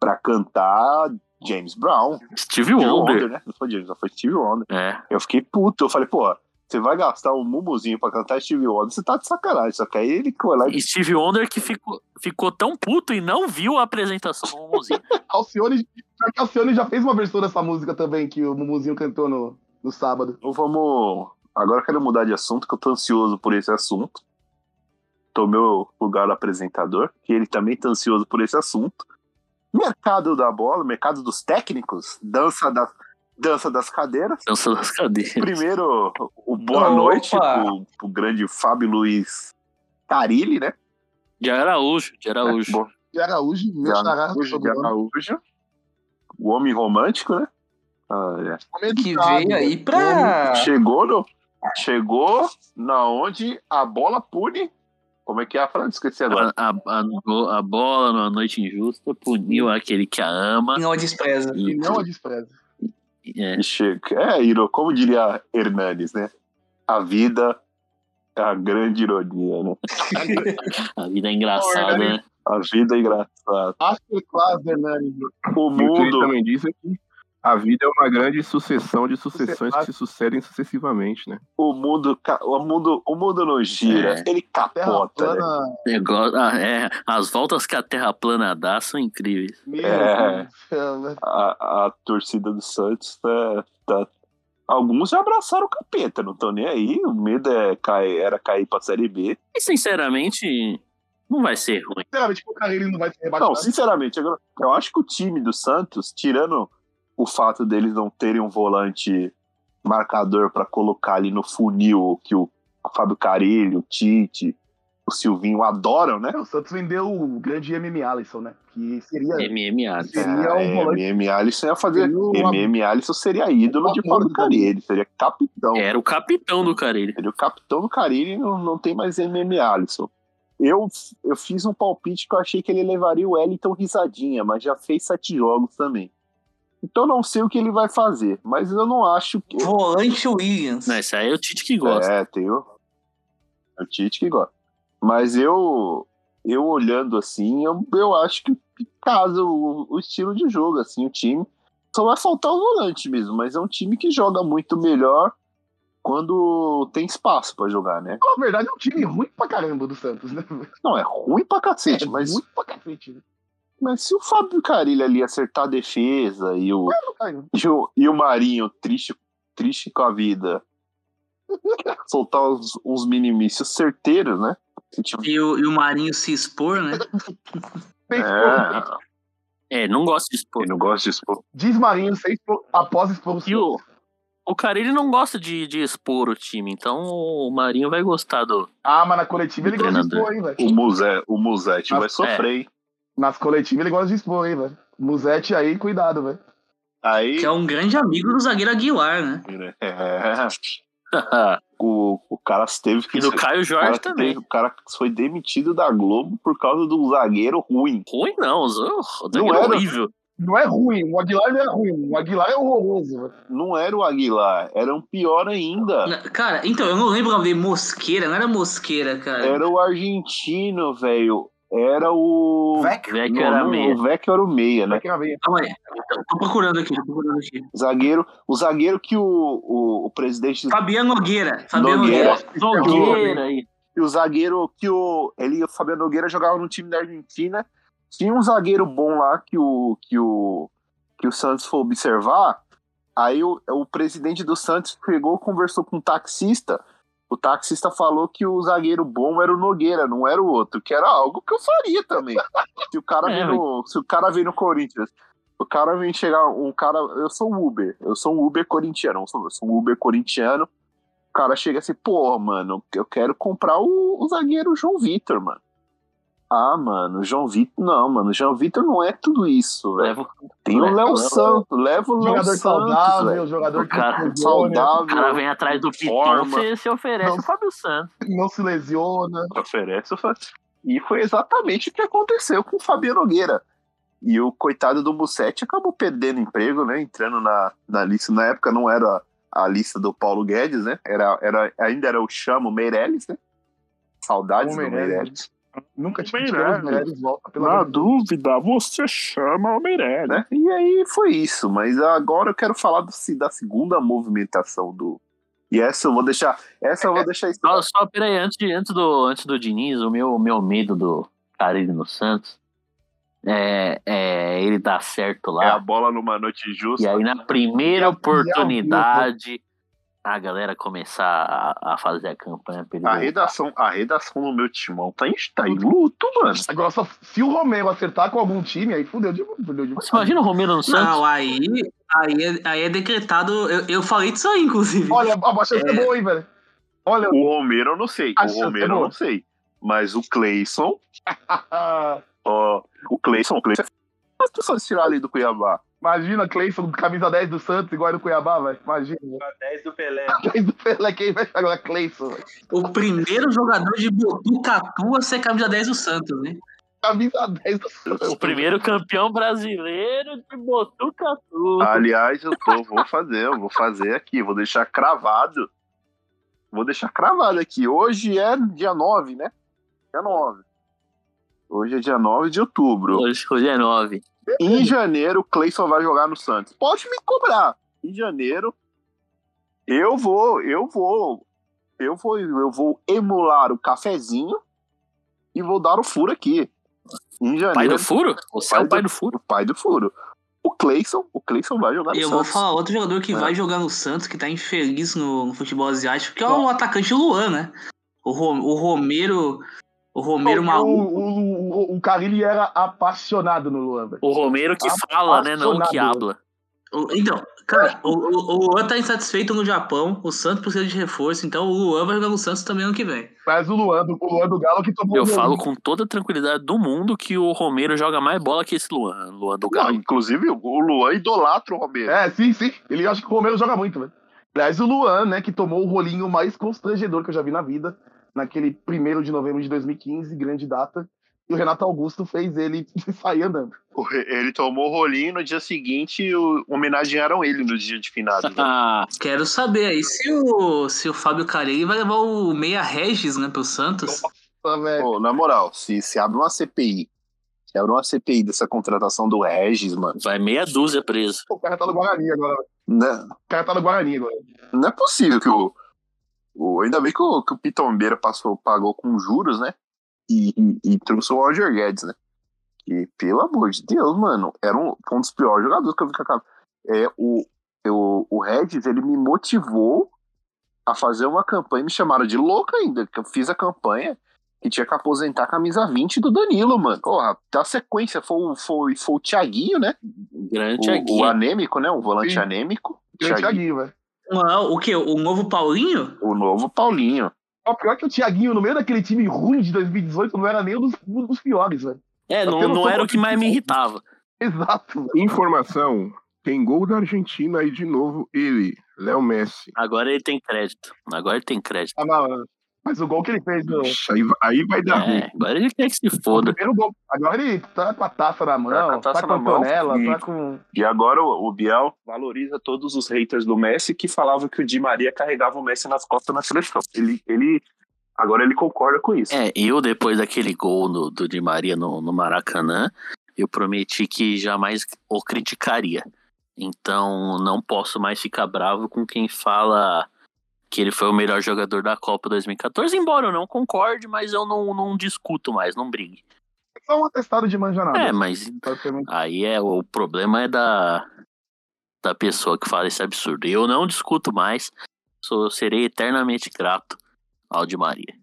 F: pra cantar James Brown.
A: Steve
F: Steve
A: Wonder.
F: né? Não foi James, Brown, foi Steve Wonder.
A: É.
F: Eu fiquei puto, eu falei, pô, você vai gastar um Mumuzinho pra cantar Steve Wonder, você tá de sacanagem. Só que aí ele foi lá e
A: E Steve Wonder que ficou, ficou tão puto e não viu a apresentação do mumuzinho.
I: Alcione, pior que Alcione já fez uma versão dessa música também, que o Mumuzinho cantou no, no sábado.
F: Então vamos. Agora eu quero mudar de assunto, que eu tô ansioso por esse assunto. Tomei o lugar do apresentador, que ele também tá ansioso por esse assunto. Mercado da bola, mercado dos técnicos, dança das, dança das cadeiras.
A: <laughs> Dança das cadeiras.
F: Primeiro, o boa
E: Opa!
F: noite pro, pro grande Fábio Luiz Carilli, né?
A: De Araújo, de Araújo.
F: Bom,
I: De Araújo, meu
F: de
I: xará,
F: Araújo, de
I: todo ano.
F: Araújo. O homem romântico, né? Ah,
E: Que
I: Educado,
E: veio aí
I: velho.
E: pra.
F: é. Chegou no. Chegou na onde a bola pune. Como é que é a frase? Esqueci agora.
A: A, a, a, a bola numa noite injusta puniu aquele que a ama.
E: Não a despreza.
I: E não a despreza.
A: É.
F: E che- É, iro- como diria Hernanes, né? A vida é a grande ironia, né?
A: A vida é engraçada, né?
F: A vida é engraçada.
I: Masterclass, Hernani.
F: O
J: E o que ele
F: mundo.
J: também disse é que A vida é uma grande sucessão de sucessões que se sucedem sucessivamente, né?
F: O mundo, ca- o mundo, o mundo não gira,
A: É.
F: ele
I: Terra
F: capota. né?
I: plana,
A: Negócio, ah, é, as voltas que a Terra plana dá são incríveis.
I: meu
F: É.
I: Deus do céu, né?
F: A, a torcida do Santos tá, tá- Alguns já abraçaram o capeta, não estão nem aí. O medo é cair, era cair pra Série B.
A: E sinceramente, não vai ser ruim.
I: Sinceramente, o Carrilho não vai ser rebaixado.
F: Não, sinceramente, agora, eu acho que o time do Santos, tirando o fato deles não terem um volante marcador pra colocar ali no funil que o Fábio Carilho, o Tite, o Silvinho adoram, né?
I: É, o Santos vendeu o grande MM Alisson, né? Que seria.
F: É.
A: MMA.
I: Seria um volante.
F: MM Alisson ia fazer.
I: Seria um-
F: MM Alisson seria ídolo de
I: Um amor
F: Fábio
I: do
F: Carilli, ele seria capitão.
A: Era o capitão do Carilho.
F: Ele é o capitão do Carilli não, não tem mais MM Alisson. Eu, eu fiz um palpite que eu achei que ele levaria o Wellington risadinha, mas já fez sete jogos também. Então não sei o que ele vai fazer, mas eu não acho que.
E: Volante Williams.
A: Não, isso aí é o Tite que gosta.
F: É, tem o, o Tite que gosta. Mas eu, eu olhando assim, eu, eu acho que casa o, o estilo de jogo, assim, o time. Só vai faltar o volante mesmo, mas é um time que joga muito melhor quando tem espaço pra jogar, né?
I: Na verdade, é um time ruim pra caramba do Santos, né?
F: Não, é ruim pra cacete,
I: É
F: mas,
I: muito pra cacete. né?
F: mas se o Fábio Carilho ali acertar a defesa e o,
I: Não caiu.
F: e o, e o Marinho triste, triste com a vida, <laughs> soltar uns, uns minimícios certeiros, né? Se tiver-
E: E o, e o Marinho se expor, né?
I: Seis pontos.
F: É,
A: É, não gosta de expor.
F: eu não gosto de expor.
I: Diz Marinho, seis po- após expor o
A: E o,
I: Santos.
A: o Carilho não gosta de, de expor o time, então o Marinho vai gostar do. <laughs>
I: Ah, mas na coletiva ele gosta de
A: Treinador.
I: expor, hein, velho?
F: O, Muse, o Musetti
I: Ah,
F: vai sofrer, hein?
I: Nas coletivas ele gosta de expor, hein, velho? Musete aí, cuidado, velho.
F: Aí.
E: Que é um grande amigo do zagueiro Aguilar, né?
F: É, o, o cara teve que.
A: e do Caio
F: o cara
A: Jorge também.
F: teve- o cara foi demitido da Globo por causa de um zagueiro ruim.
A: Ruim não, o
F: Não
A: Danilo
F: era.
A: horrível.
I: Não é ruim, o Aguilar não é ruim, o Aguilar é horroroso, velho.
F: Não era o Aguilar, era um pior ainda.
E: Na- Cara, então, eu não lembro o nome dele. Mosqueira, não era Mosqueira, cara.
F: Era o argentino, velho. Era o.
N: Vecchio?
A: Vecchio
F: Não,
A: É era
F: não,
A: meia.
F: O Vecchio era o meia, né?
I: Pra quem vem.
E: Calma aí. Tô tô procurando aqui, tô procurando aqui.
F: Zagueiro, o zagueiro que o, o, o presidente.
E: Fabiano Nogueira. Fabiano
F: Nogueira.
E: Nogueira.
A: Nogueira aí.
F: E o zagueiro que o. Ele e o Fabiano Nogueira jogavam no time da Argentina. Tinha um zagueiro bom lá que o. que o. que o Santos foi observar. Aí o, o presidente do Santos chegou, conversou com o taxista. O taxista falou que o zagueiro bom era o Nogueira, não era o outro, que era algo que eu faria também. Se o cara
A: É,
F: vem no, se o cara vem no Corinthians, o cara vem chegar, um cara, eu sou um Uber, eu sou um Uber corintiano, eu sou, eu sou um Uber corintiano. O cara chega assim, pô, mano, eu quero comprar o, o zagueiro João Vitor, mano. Ah, mano, o João Vitor não, mano, o João Vitor não é tudo isso, velho.
A: Leva o-
F: Tem o
A: leva-
F: Léo
A: leva-
F: Santos, leva o Léo
I: Jogador
F: Santos,
I: saudável,
F: velho.
I: jogador
A: O cara
I: que saudável.
A: O cara
F: saudável.
A: vem atrás do Piton,
F: Forma.
A: você se oferece o Fábio Santos.
I: não se lesiona.
F: oferece. eu faço. E foi exatamente o que aconteceu com o Fabio Nogueira. E o coitado do Mussetti acabou perdendo emprego, né? Entrando na, na lista. Na época não era a lista do Paulo Guedes, né? Era, era, ainda era o Chamo Meirelles, né? Saudades
I: O
F: do
I: Meirelles.
F: Meirelles.
I: Nunca te
F: Meirelles.
I: tirou os melhores volta pela
F: dúvida, você chama o Meirelles. Né? E aí foi isso. Mas agora eu quero falar do, se- da segunda movimentação do. E essa eu vou deixar. Essa
A: <laughs>
F: eu vou deixar.
A: Só, só peraí, antes, de- antes, do, antes do Diniz, o meu, o meu medo do Carilho no Santos é, é ele dar certo lá.
F: bola numa noite
A: E
F: justa.
A: aí, na primeira oportunidade,
I: oportunidade,
A: a galera começar a, fazer a campanha pelo.
F: A redação, a redação do meu timão tá em, tá em luto, mano.
I: Agora, só se o Romero acertar com algum time, aí fudeu de. Fudeu de
A: Você imagina o Romero no Santos?
E: Não, aí, aí, é, aí é decretado. Eu, eu falei disso aí, inclusive.
I: Olha, a a chance é,
E: É.
I: boa, hein, velho. Olha,
F: O Romero eu não sei.
I: A
F: o
I: chance
F: Romero
I: é
F: eu
I: boa.
F: não sei. Mas o Cleison,
I: ah,
F: ó, o Cleison, o Cleison. As pessoas tiraram ali do Cuiabá.
I: imagina Cleison, camisa 10 do Santos, igual era do Cuiabá, velho. Imagina.
N: A 10 do
I: <laughs>
N: Pelé.
I: 10 do Pelé, quem vai agora? Cleison, velho.
E: O primeiro jogador de Botucatu a ser camisa 10 do Santos, né?
I: Camisa 10 do
A: O
I: Santos.
A: primeiro campeão brasileiro de Botucatu.
F: Aliás, eu tô, vou fazer, eu vou fazer aqui, vou deixar cravado. Vou deixar cravado aqui. Hoje é dia 9, né? Dia 9. Hoje é dia 9 de outubro.
A: Hoje, hoje é 9.
F: Em janeiro, o Cleison vai jogar no Santos. Pode me cobrar. Em janeiro, eu vou, eu vou, eu vou, eu vou emular o cafezinho e vou dar o furo aqui. Em janeiro,
A: Pai do furo? Você é o
F: Pai
A: pai do furo?
F: o pai do furo. O Cleison, o Cleison vai jogar no
E: E eu vou
F: Santos.
E: falar outro jogador que
F: É.
E: vai jogar no Santos, que tá infeliz no, no futebol asiático, que é o atacante Luan, né? O, Ro- o Romero. O Romero
I: o,
E: maluco.
I: o, o, o Carilli era apaixonado no Luan, velho.
A: O Romero que fala, né? Não o que
I: apaixonado.
A: habla.
E: O- Então, cara, o, o, o Luan tá insatisfeito no Japão, o Santos precisa de reforço, então o Luan vai jogar no Santos também ano que vem.
I: Mas o Luan, do- o Luan do Galo que
F: Uhum.
I: tomou
A: Eu
I: o gol.
A: falo com toda a tranquilidade do mundo que o Romero joga mais bola que esse Luan, Luan do
F: Não,
A: Galo.
F: Ah, inclusive, o Luan idolatra o Romero.
I: É, sim, sim. Ele acha que o Romero joga muito, velho. Aliás, o Luan, né, que tomou o rolinho mais constrangedor que eu já vi na vida, naquele 1 de novembro de 2015, grande data. E o Renato Augusto fez ele <laughs> sair andando.
F: O re- Ele tomou o rolinho no dia seguinte o- homenagearam ele no dia de finado. né?
A: <laughs> Ah,
E: Quero saber aí se o, se o Fábio Carelli vai levar o Meia Regis, né, pro Santos.
I: Ah, velho.
F: Pô, na moral, se, se abre uma CPI, se abre uma CPI dessa contratação do Regis, mano,
A: vai meia dúzia preso.
I: O cara tá no Guarani agora. velho.
F: né?
I: O cara tá no Guarani agora.
F: não é possível que o. o- ainda bem que o, que o Pitombeira passou, pagou com juros, né? E, e, e trouxe o Roger Guedes, né? E pelo amor de Deus, mano, era um, foi um dos piores jogadores que eu vi com a cara. É, o, o, o Regis, ele me motivou a fazer uma campanha. Me chamaram de louco ainda, que eu fiz a campanha que tinha que aposentar a camisa 20 do Danilo, mano. Porra, da sequência foi, o- foi, foi o Thiaguinho, né?
A: Grande
F: O, o
A: Thiaguinho.
F: anêmico, né? Um volante
I: Sim.
F: anêmico.
I: E o
F: Thiaguinho.
I: Thiaguinho, velho.
E: Não, o quê? O novo Paulinho?
F: O novo Paulinho.
I: Ó, pior que o Thiaguinho, no meio daquele time ruim de 2018, não era nem um dos, um dos piores, velho. <laughs>
A: É, não,
I: Eu não
A: não
I: sou
A: era o que mais me irritava.
I: Exato, velho.
J: Informação: tem gol da Argentina e de novo ele, Léo Messi.
A: Agora ele tem crédito. Agora ele tem crédito.
I: Ah, mas- Mas o gol que ele fez no.
J: Ixi, Aí, vai- aí vai
F: Tá.
J: dar ruim.
A: É, agora ele quer que se
I: O
A: foda.
I: primeiro gol. Agora ele tá com a taça na mão,
F: Tá com a
I: tá,
F: taça
I: com a
F: na mão,
I: canela,
F: sim.
I: tá com.
H: E agora o, o Biel
F: valoriza todos os haters do Messi que falavam que o Di Maria carregava o Messi nas costas na seleção. Ele, ele agora ele concorda com isso.
A: É, eu depois daquele gol no- do Di Maria no, no Maracanã, eu prometi que jamais o criticaria. Então não posso mais ficar bravo com quem fala que ele foi o melhor jogador da Copa 2014, embora eu não concorde, mas eu não, não discuto mais, não brigue.
I: Só um atestado de manjanada.
A: É, mas
I: Basicamente.
A: aí é o problema é da, da pessoa que fala esse absurdo. Eu não discuto mais, sou, serei eternamente grato ao Di Maria.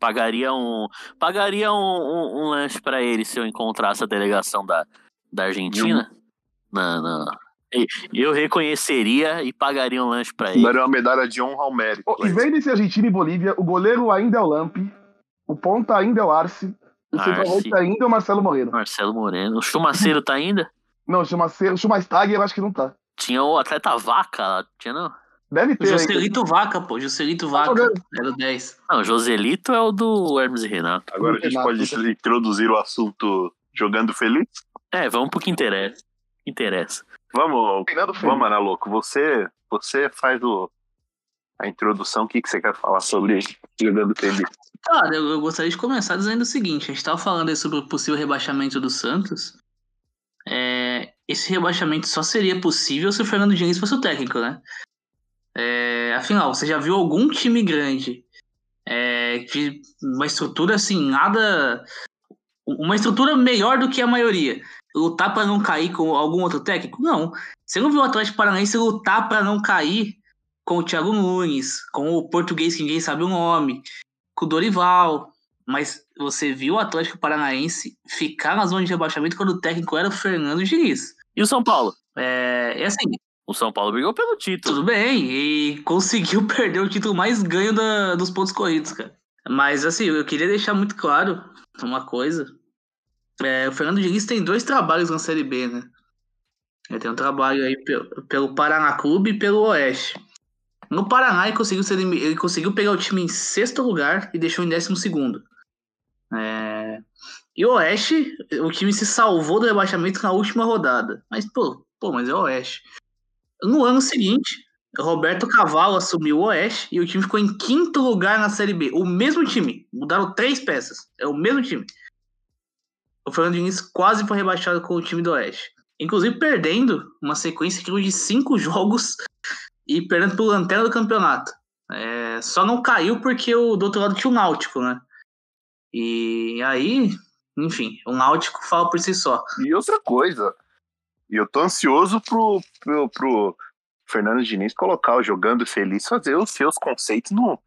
A: Pagaria um, pagaria um, um- um lanche pra ele se eu encontrasse a delegação da, da Argentina. Não, não. E- Eu reconheceria e pagaria um lanche pra ele.
F: Agora é uma medalha de honra ao mérito.
I: Ó, e vem desse Argentina e Bolívia, o goleiro ainda é o Lampe, o ponta ainda é o Arce, o
A: Arce.
I: centroavante ainda é o Marcelo Moreno.
A: Marcelo Moreno. O Chumaceiro tá ainda?
I: Não, o Schumacher- o Schumastag eu acho que não tá.
A: Tinha o atleta vaca lá, tinha não?
I: Deve
E: O
I: ter. ainda.
E: Juscelito Vaca, pô. Juscelito Vaca.
I: jogando.
E: Era o 10.
A: Não, o Joselito é o do Hermes e Renato.
H: Agora a gente
I: Renato,
H: pode
I: então.
H: introduzir o assunto jogando feliz?
A: É, vamos pro que interessa. Que interessa.
H: Vamos,
I: Fernando Felipe.
H: vamos, Ana Louco. Você, você faz o, a introdução. O que, que você quer falar sobre jogando feliz?
E: Cara, eu, eu gostaria de começar dizendo o seguinte: a gente tava falando aí sobre o possível rebaixamento do Santos. É, esse rebaixamento só seria possível se o Fernando Diniz fosse o técnico, né? É, afinal, você já viu algum time grande é, de uma estrutura assim, nada. Uma estrutura melhor do que a maioria. Lutar pra não cair com algum outro técnico? Não. Você não viu o Atlético Paranaense lutar pra não cair com o Thiago Nunes, com o português que ninguém sabe o nome, com o Dorival. Mas você viu o Atlético Paranaense ficar na zona de rebaixamento quando o técnico era o Fernando Diniz.
A: E o São Paulo?
E: É, é assim,
A: O São Paulo brigou pelo título.
E: tudo bem, e conseguiu <laughs> perder o título mais ganho da- dos pontos corridos, cara. Mas assim, eu queria deixar muito claro uma coisa. É, o Fernando Diniz tem dois trabalhos na Série B, né? Ele tem um trabalho aí pelo, pelo Paraná Clube e pelo Oeste. No Paraná, ele conseguiu, ser elimi- ele conseguiu pegar o time em sexto lugar e deixou em décimo segundo. É, E o Oeste, o time se salvou do rebaixamento na última rodada. Mas, pô, pô mas é o Oeste. No ano seguinte, Roberto Cavalo assumiu o Oeste e o time ficou em quinto lugar na Série B. O mesmo time. Mudaram três peças. É o mesmo time. o Fernando Diniz quase foi rebaixado com o time do Oeste. Inclusive perdendo uma sequência de cinco <laughs> jogos e perdendo por lanterna do campeonato. É, só não caiu porque o, do outro lado tinha o Náutico, né? E aí, enfim, o Náutico fala por si só.
F: E outra coisa, e eu tô ansioso pro, pro, pro Fernando Diniz colocar o jogando feliz, fazer os seus conceitos no,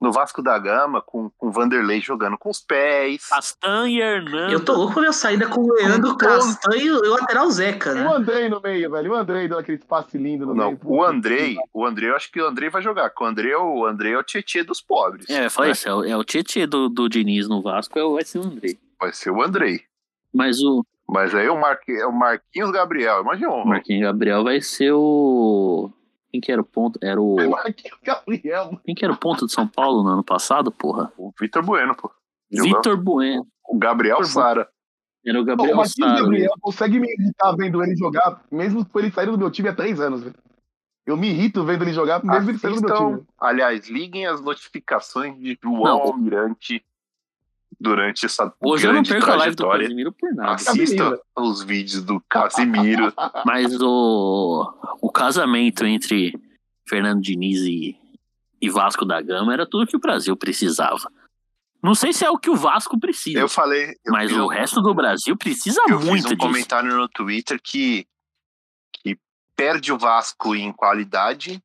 F: no Vasco da Gama, com, com o Vanderlei jogando com os pés.
A: Tá Castanha e Hernando.
E: Eu tô louco pra minha saída com o Leandro Castanho e o lateral Zeca,
I: E o
E: né?
I: Andrei no meio, velho. O Andrei dando aquele passe lindo no
F: Não,
I: meio.
F: o
I: <laughs>
F: Andrei, o Andrei, eu acho que o Andrei vai jogar. porque O Andrei, é o o Andrei é o Tietê dos pobres.
A: É, eu falei isso, é o, é o Tietê do, do Diniz no Vasco, é o vai ser o André.
F: Vai ser o Andrei.
A: Mas o
F: Mas aí o, Marque, é o Marquinhos Gabriel, imagina. um-
A: Marquinhos Gabriel vai ser o. Quem que era o ponto? Era o.
I: Marquinhos Gabriel,
A: Quem que era o ponto de São Paulo no ano passado, porra?
F: O Vitor Bueno, pô. Jogava-
A: Vitor Bueno.
F: O Gabriel Sara.
A: Era o
I: Pô, o
A: Gabriel
I: Marquinhos
A: Sara.
I: Gabriel consegue me irritar vendo ele jogar, mesmo com ele saindo do meu time há três anos, velho. Eu me irrito vendo ele jogar, mesmo ele saindo do meu
F: Assistam,
I: time.
F: aliás, liguem as notificações de João
A: Não.
F: Almirante durante essa
A: Hoje eu não
F: grande
A: perco a live do
F: trajetória.
A: Casimiro né? por nada.
F: Assista
I: Casimiro.
F: os vídeos do
A: <laughs>
F: Casimiro.
A: Mas o, o casamento entre Fernando Diniz e, e Vasco da Gama era tudo que o Brasil precisava. Não sei se é o que o Vasco precisa,
F: Eu falei, eu
A: mas
F: fiz
A: o
F: um-
A: resto do Brasil precisa
F: eu fiz
A: muito
F: um
A: disso.
F: comentário no Twitter que, que perde o Vasco em qualidade,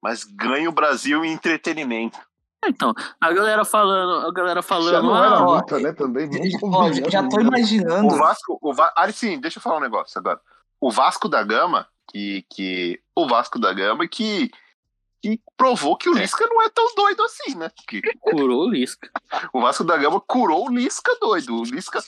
F: mas ganha o Brasil em entretenimento.
A: Então, a galera falando, a galera falando,
I: Já não
A: ah,
I: era
A: não,
I: rota, né, também. Vamos
E: Ó,
I: convenhamos,
E: já tô
I: né?
F: O
E: imaginando.
F: Vasco, o Va... ah, sim, deixa eu falar um negócio agora. O Vasco da Gama, que, que o Vasco da Gama que, que provou que o Lisca não é tão doido assim, né? Que
A: curou o Lisca.
F: o Vasco da Gama curou o Lisca doido. O Lisca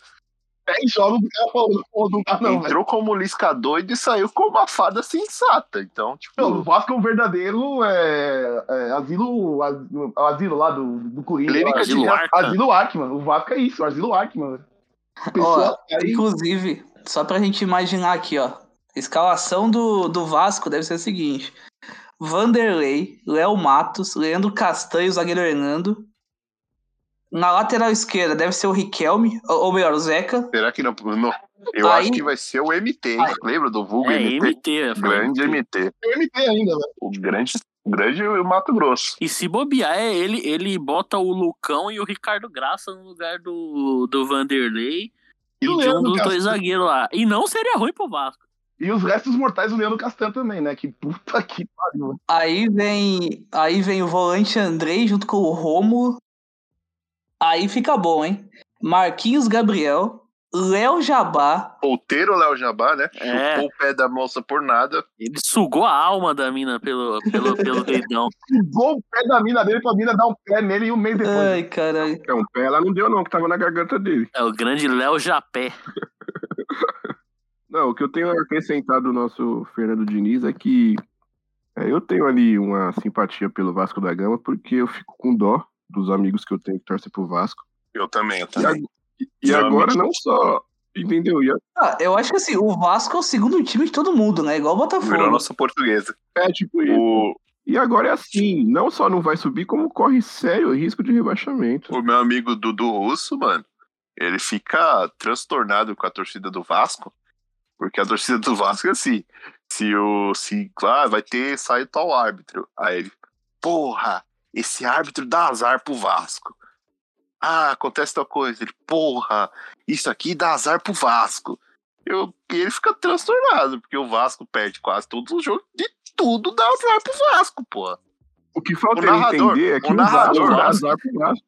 I: Dez jogos o cara falou, pô, não dá não, velho.
F: entrou como Lisca doido e saiu como uma fada sensata. Então, tipo,
I: Não, O Vasco é um verdadeiro é, é, asilo, asilo, asilo lá do, do Corinthians.
F: clínica
I: lá.
F: de
A: Asilo
F: reação.
A: Arca.
I: Asilo Arkman. O Vasco é isso, o asilo Arkman. velho.
E: Ó,
I: Pessoal, tá aí,
E: inclusive, só pra gente imaginar aqui, ó. Escalação do, do Vasco deve ser a seguinte: Vanderlei, Léo Matos, Leandro Castanho, zagueiro Hernando. Na lateral esquerda deve ser o Riquelme, ou ou melhor, o Zeca.
F: Será que não? não- eu
E: Aí-
F: acho que vai ser o MT. hein?
E: Aí-
F: Lembra do vulgo
A: É,
F: MT?
A: MT. eu falei,
F: um Grande MT.
I: tem o MT ainda, velho.
F: O grande, o grande Mato Grosso.
A: E se bobear, é ele, ele bota o Lucão e o Ricardo Graça no lugar do, do Vanderlei e,
I: E
A: de
I: o
A: um
I: Leandro
A: dos dois
I: Castro.
A: zagueiros lá. E não seria ruim pro Vasco.
I: E os restos mortais do Leandro Castan também, né? Que puta que pariu. velho.
E: Aí vem, aí vem o volante Andrei junto com o Romulo. Aí fica bom, hein? Marquinhos Gabriel, Léo Jabá.
F: Ponteiro Léo Jabá, né?
A: É.
F: Chupou o pé da moça por nada.
A: Ele sugou a alma da mina pelo, pelo, pelo dedão.
I: Sugou o pé da mina dele pra mina dar um pé nele e um mês depois.
E: Ai, caralho.
J: É, um pé lá não deu, não, que tava na garganta dele.
A: É o grande Léo Japé.
J: Não, o que eu tenho a acrescentar do nosso Fernando Diniz é que é, eu tenho ali uma simpatia pelo Vasco da Gama, porque eu fico com dó dos amigos que eu tenho que torcem pro Vasco.
F: Eu também, eu
J: E,
F: também.
J: ag- e agora
F: Realmente.
J: não só. Entendeu? E a-
E: Ah, eu acho que assim, o Vasco é o segundo time de todo mundo, né? Igual o
F: Virou
E: Botafogo.
F: nossa portuguesa.
J: é, tipo, isso.
F: O,
J: E agora é assim, não só não vai subir, como corre sério risco de rebaixamento.
F: o meu amigo Dudu Russo, mano, ele fica transtornado com a torcida do Vasco, porque a torcida do Vasco é assim, se o se ah, vai ter sai tal árbitro, aí ele, porra, esse árbitro dá azar pro Vasco. Ah, acontece tal coisa, ele, porra, isso aqui dá azar pro Vasco. Eu, e ele fica transtornado, porque o Vasco perde quase todos os jogos de tudo dá azar pro Vasco, porra.
J: O que falta
F: O
J: ele
F: narrador,
J: entender é que
F: o
J: o Vasco
F: narrador.
J: dá azar pro Vasco.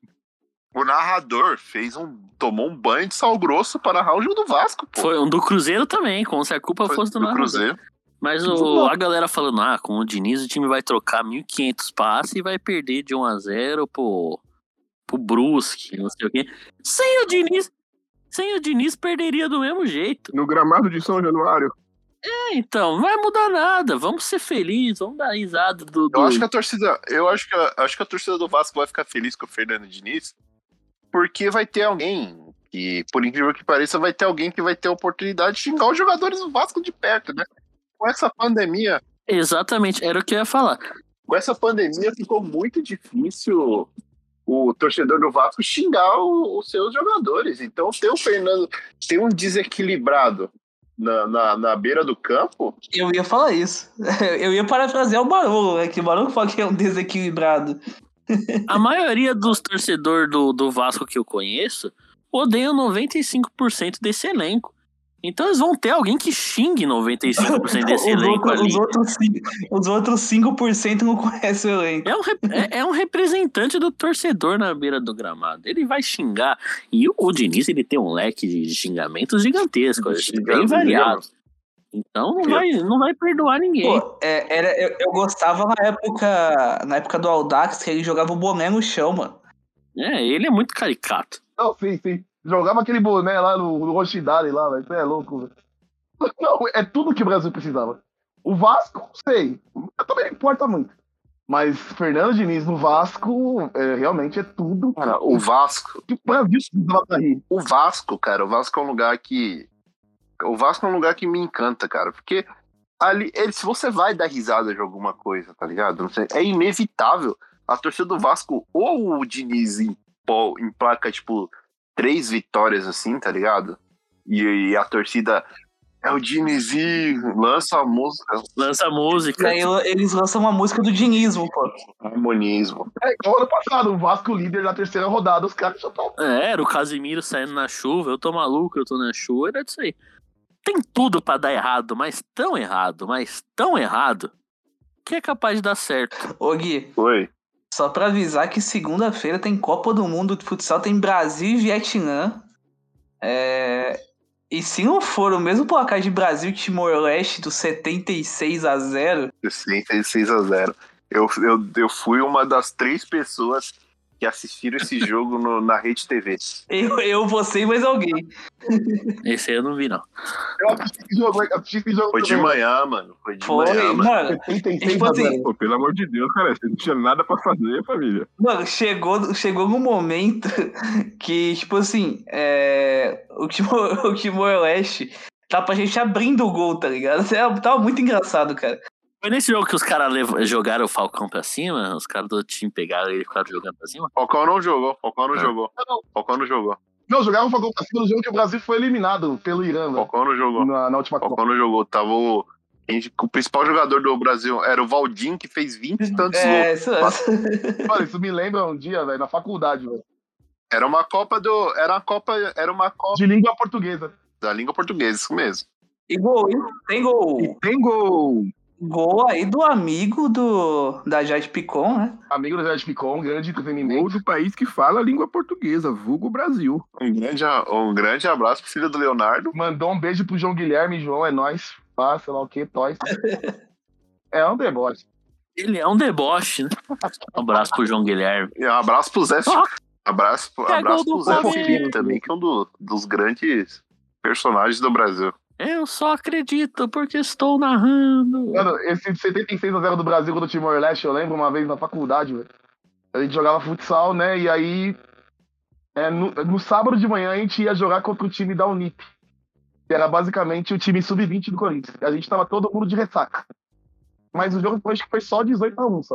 F: O narrador fez um. tomou um banho de sal grosso para narrar o jogo do Vasco, pô.
A: Foi um do Cruzeiro também, como se a culpa fosse do, narrador.
F: Cruzeiro.
A: Mas
F: Tipo,
A: o- a galera falando, ah, com o Diniz o time vai trocar 1.500 passes e vai perder de 1 a 0 pro, pro Brusque, não sei o quê. Sem o Diniz, sem o Diniz perderia do mesmo jeito.
J: No gramado de São Januário.
A: É, então, não vai mudar nada, vamos ser felizes, vamos dar risada do... do...
F: Eu acho que a torcida. Eu acho que a, acho que a torcida do Vasco vai ficar feliz com o Fernando Diniz, porque vai ter alguém que, por incrível que pareça, vai ter alguém que vai ter a oportunidade de xingar os jogadores do Vasco de perto, né? Com essa pandemia,
A: Exatamente, era o que eu ia falar.
F: com essa pandemia ficou muito difícil o torcedor do Vasco xingar o- os seus jogadores. Então, ter o Fernando, ter um desequilibrado na, na, na beira do campo,
E: Eu ia falar isso. <laughs> Eu ia parafrasear o Barolo, né? Que o Barolo fala que é um desequilibrado.
A: A maioria dos torcedores do, do Vasco que eu conheço odeiam 95% desse elenco. Então eles vão ter alguém que xingue
F: <laughs>
A: 95% desse
E: os,
A: elenco
E: outros,
A: ali.
E: os, outros, cin- os outros 5% não <laughs> conhecem o elenco.
A: É um, rep- é, é um representante do torcedor na beira do gramado. Ele vai xingar. E o, o Diniz, ele tem um leque de xingamentos gigantesco. é
F: Xingamentos
A: Bem variado. Então não vai, não vai perdoar ninguém.
E: Pô, é, era, eu, eu gostava na época, na época do Aldax que ele jogava o boné no chão, mano.
A: É, ele é muito caricato.
I: Não, sim, sim. Jogava aquele boné lá no, no Rochidale lá, velho. Você é louco, velho. Não, é tudo que o Brasil precisava. O Vasco, sei. Eu também não importa muito. Mas Fernando Diniz no Vasco é, realmente é tudo
F: cara, o Vasco,
I: que o Brasil precisava pra rir.
F: o Vasco, cara, o Vasco é um lugar que. O Vasco é um lugar que me encanta, cara. Porque ali, ele- se você vai dar risada de alguma coisa, tá ligado? Não sei, é inevitável. A torcida do Vasco, ou o Diniz em, pó- em placa, tipo, três vitórias assim, tá ligado? E, e a torcida. É o Dinizinho, lança a música, é
A: Lança
E: E
A: música.
E: aí eles lançam uma música do dinismo, pô.
F: harmonismo.
I: É igual ano passado, o Vasco líder da terceira rodada, os caras já estão.
A: É, era o Casimiro saindo na chuva, eu tô maluco, eu tô na chuva, era disso aí. Tem tudo pra dar errado, mas tão errado, mas tão errado, que é capaz de dar certo.
E: Ô Gui,
F: Oi.
E: só pra avisar que segunda-feira tem Copa do Mundo de Futsal, tem Brasil e Vietnã. É, E se não for o mesmo placar de Brasil e Timor-Leste do 76 a 0
F: 66 a 0. Eu, eu, eu fui uma das três pessoas que assistiram esse jogo no- na Rede TV.
E: eu, eu você e mais alguém.
A: Esse aí eu não vi, não.
I: Eu assisti esse jogo, eu assisti esse jogo
F: Foi de
I: também.
F: manhã, mano. Foi de
E: Foi,
F: manhã, mano.
E: mano.
I: 36
E: Tipo
I: a
E: assim,
I: zero.
J: Pô, pelo amor de Deus, cara, você não tinha nada pra fazer, família.
E: Mano, chegou, chegou num momento <laughs> que, tipo assim, é, o Timor- <laughs> o Timor-Leste tá pra gente abrindo o gol, tá ligado? Tava tava muito engraçado, cara.
A: Foi nesse jogo que os caras lev- jogaram o Falcão pra cima, os caras do time pegaram ele e ficaram jogando pra cima.
F: Falcão não jogou, Falcão não
A: É.
F: jogou. Falcão não jogou.
I: Não, jogava o Falcão pra cima no jogo que o Brasil foi eliminado pelo Irã, velho.
F: Falcão não jogou.
I: Na, na última Copa.
F: Falcão não jogou. Tava o, o principal jogador do Brasil era o Valdim, que fez 20 e tantos gols.
E: É, isso,
I: Mano, isso me lembra um dia, velho, na faculdade, velho.
F: Era uma Copa do. Era uma Copa. Era uma Copa
I: De língua portuguesa.
F: da língua portuguesa, isso mesmo.
E: E gol, hein? tem gol.
J: Tem gol!
E: Gol aí do amigo do, da Jade Picon, né?
I: Amigo do Zé de Picon, grande
J: Gol
I: entretenimento.
J: do país que fala a língua portuguesa, vulgo Brasil.
F: Um grande, a- um grande abraço pro filho do Leonardo.
I: Mandou um beijo pro João Guilherme. João, é nóis. Ah, sei lá o que,
E: <laughs>
I: tóis. É um deboche.
A: Ele é um deboche, né? Um abraço pro João Guilherme.
F: E um abraço pro Zé. Fi- Abraço, pro-
A: Pegou
F: abraço
A: do
F: pro Zé
A: Flamengo.
F: Felipe também, que é um do- dos grandes personagens do Brasil.
A: Eu só acredito porque estou narrando.
I: Mano, esse 76 a 0 do Brasil contra o Timor-Leste, eu lembro uma vez na faculdade, velho. A gente jogava futsal, né? E aí, é, no, no sábado de manhã, a gente ia jogar contra o time da Unip. Que era basicamente o time sub-20 do Corinthians. A gente tava todo mundo de ressaca. Mas o jogo foi, acho que foi só 18 a 1, só.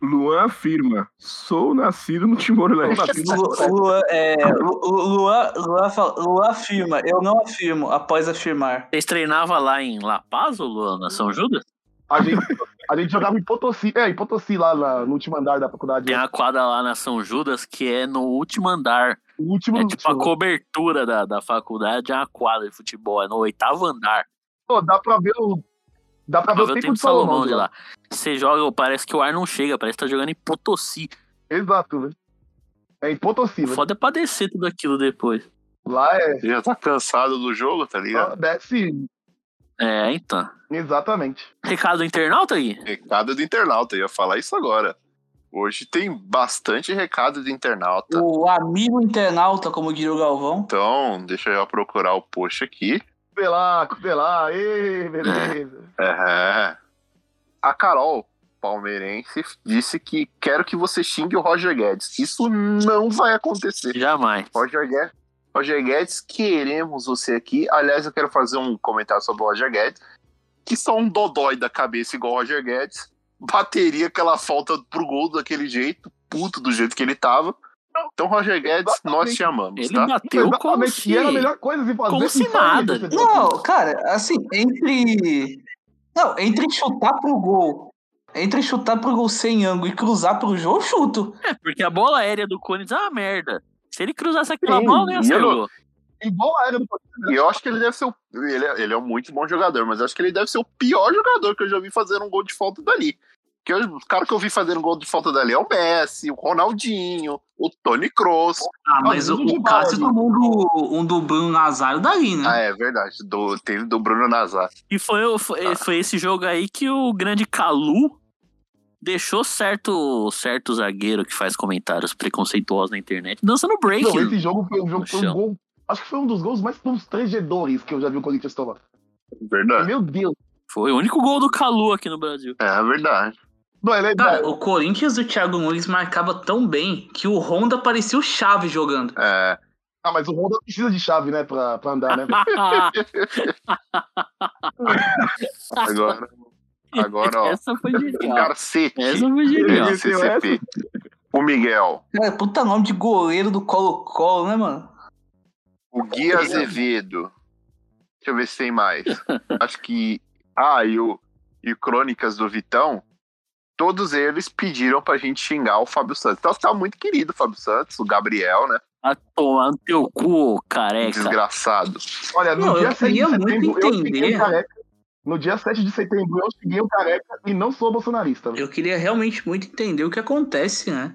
J: Luan afirma: sou nascido no Timor-Leste.
E: Lu- Luan, é, Lu- Lu- Luan, Luan, fala- Luan afirma, eu não afirmo, após afirmar.
A: Vocês treinavam lá em La Paz, ô Luan, na São Judas?
I: A gente, a gente jogava em Potosí. É, em Potosí, lá na- no último andar da faculdade.
A: Tem uma quadra lá na São Judas que é no último andar.
I: O último
A: É
I: do
A: tipo a cobertura da, da faculdade, é uma quadra de futebol, é no oitavo andar.
I: Pô, dá pra ver o. Dá pra
A: Pra
I: ver
A: ver o
I: o tempo
A: tempo
I: de
A: de Salomão de
I: lá.
A: lá. Você joga, parece que o ar não chega, parece que tá jogando em Potosí.
I: Exato, velho. É em Potosí, velho.
A: Foda é pra descer tudo aquilo depois.
I: Lá é.
F: Já tá cansado do jogo, tá ligado?
I: só Desce.
A: É, então.
I: Exatamente.
A: Recado do internauta aí?
F: Recado do internauta, eu ia falar isso agora. Hoje tem bastante recado de internauta.
E: O amigo internauta, como diria o Galvão.
F: Então, deixa eu procurar o post aqui.
I: Cupelá, Cupelá, ê, beleza.
F: É. A Carol, palmeirense, disse que quero que você xingue o Roger Guedes. Isso não vai acontecer.
A: Jamais.
F: Roger Guedes. Roger Guedes, queremos você aqui. Aliás, eu quero fazer um comentário sobre o Roger Guedes, que só um dodói da cabeça igual o Roger Guedes. Bateria aquela falta pro gol daquele jeito. puto do jeito que ele tava. Então, Roger Guedes, nós te amamos,
A: Ele
F: tá?
A: bateu como
I: Exatamente,
A: se...
I: E era a melhor coisa de fazer.
A: Como se
I: sinceramente,
A: nada.
I: você
E: Não, cara, assim, entre. Não, entre chutar pro gol. Entre chutar pro gol sem ângulo e cruzar pro jogo, eu chuto.
A: É, porque a bola aérea do Corinthians é uma merda. Se ele cruzasse aquela
F: Sim,
A: bola, não ia
F: e
A: ser
F: eu não-
A: gol.
I: Igual a era do
F: E eu acho que ele deve ser o. Ele é, ele é um muito bom jogador, mas eu acho que ele deve ser o pior jogador que eu já vi fazer um gol de falta dali. Porque eu- os caras que eu vi fazendo gol de falta dali é o Messi, o Ronaldinho, o Tony Kroos.
E: Ah, mas o,
I: Fazendo de
E: o Cássio
I: bola,
E: tomou um do, um do Bruno Nazário dali, né?
F: Ah, é verdade. Do, teve do Bruno Nazar.
A: E foi, o- foi, foi esse jogo aí que o grande Calu deixou certo, certo zagueiro que faz comentários preconceituosos na internet dançando break.
I: Não,
A: né?
I: esse jogo foi um jogo
A: No
I: foi um
A: chão.
I: gol. Acho que foi um dos gols mais constrangedores que eu já vi o Corinthians tomar.
F: Verdade.
I: Meu Deus.
A: Foi o único gol do Calu aqui no
F: <laughs>
A: Brasil.
F: É verdade.
I: Não, ele é
E: Cara, o Corinthians do Thiago Nunes marcava tão bem que o Honda parecia o Chaves jogando.
F: É.
I: Ah, mas o Honda precisa de chave, né? Pra, pra andar, né? velho?
F: Agora. Agora, ó.
A: Essa é foi
F: O
A: genial.
F: Garcete.
A: Essa foi genial.
I: é
F: Esse CP. O Miguel.
E: Cara, puta nome de goleiro do Colo-Colo, né, mano?
F: O Gui Azevedo. Deixa eu ver se tem mais. Acho que. Ah, e o e o Crônicas do Vitão. Todos eles pediram pra gente xingar o Fábio Santos. Então tá muito querido o Fábio Santos, o Gabriel, né? Um
A: A tomar no teu cu, careca.
F: Desgraçado.
I: Olha, no
E: Não, eu
I: dia 7 de
E: queria muito
I: setembro, eu xinguei
E: entender.
I: o careca. No dia 7 de setembro, eu xinguei o careca e não sou bolsonarista. velho.
E: Eu queria realmente muito entender o que acontece, né?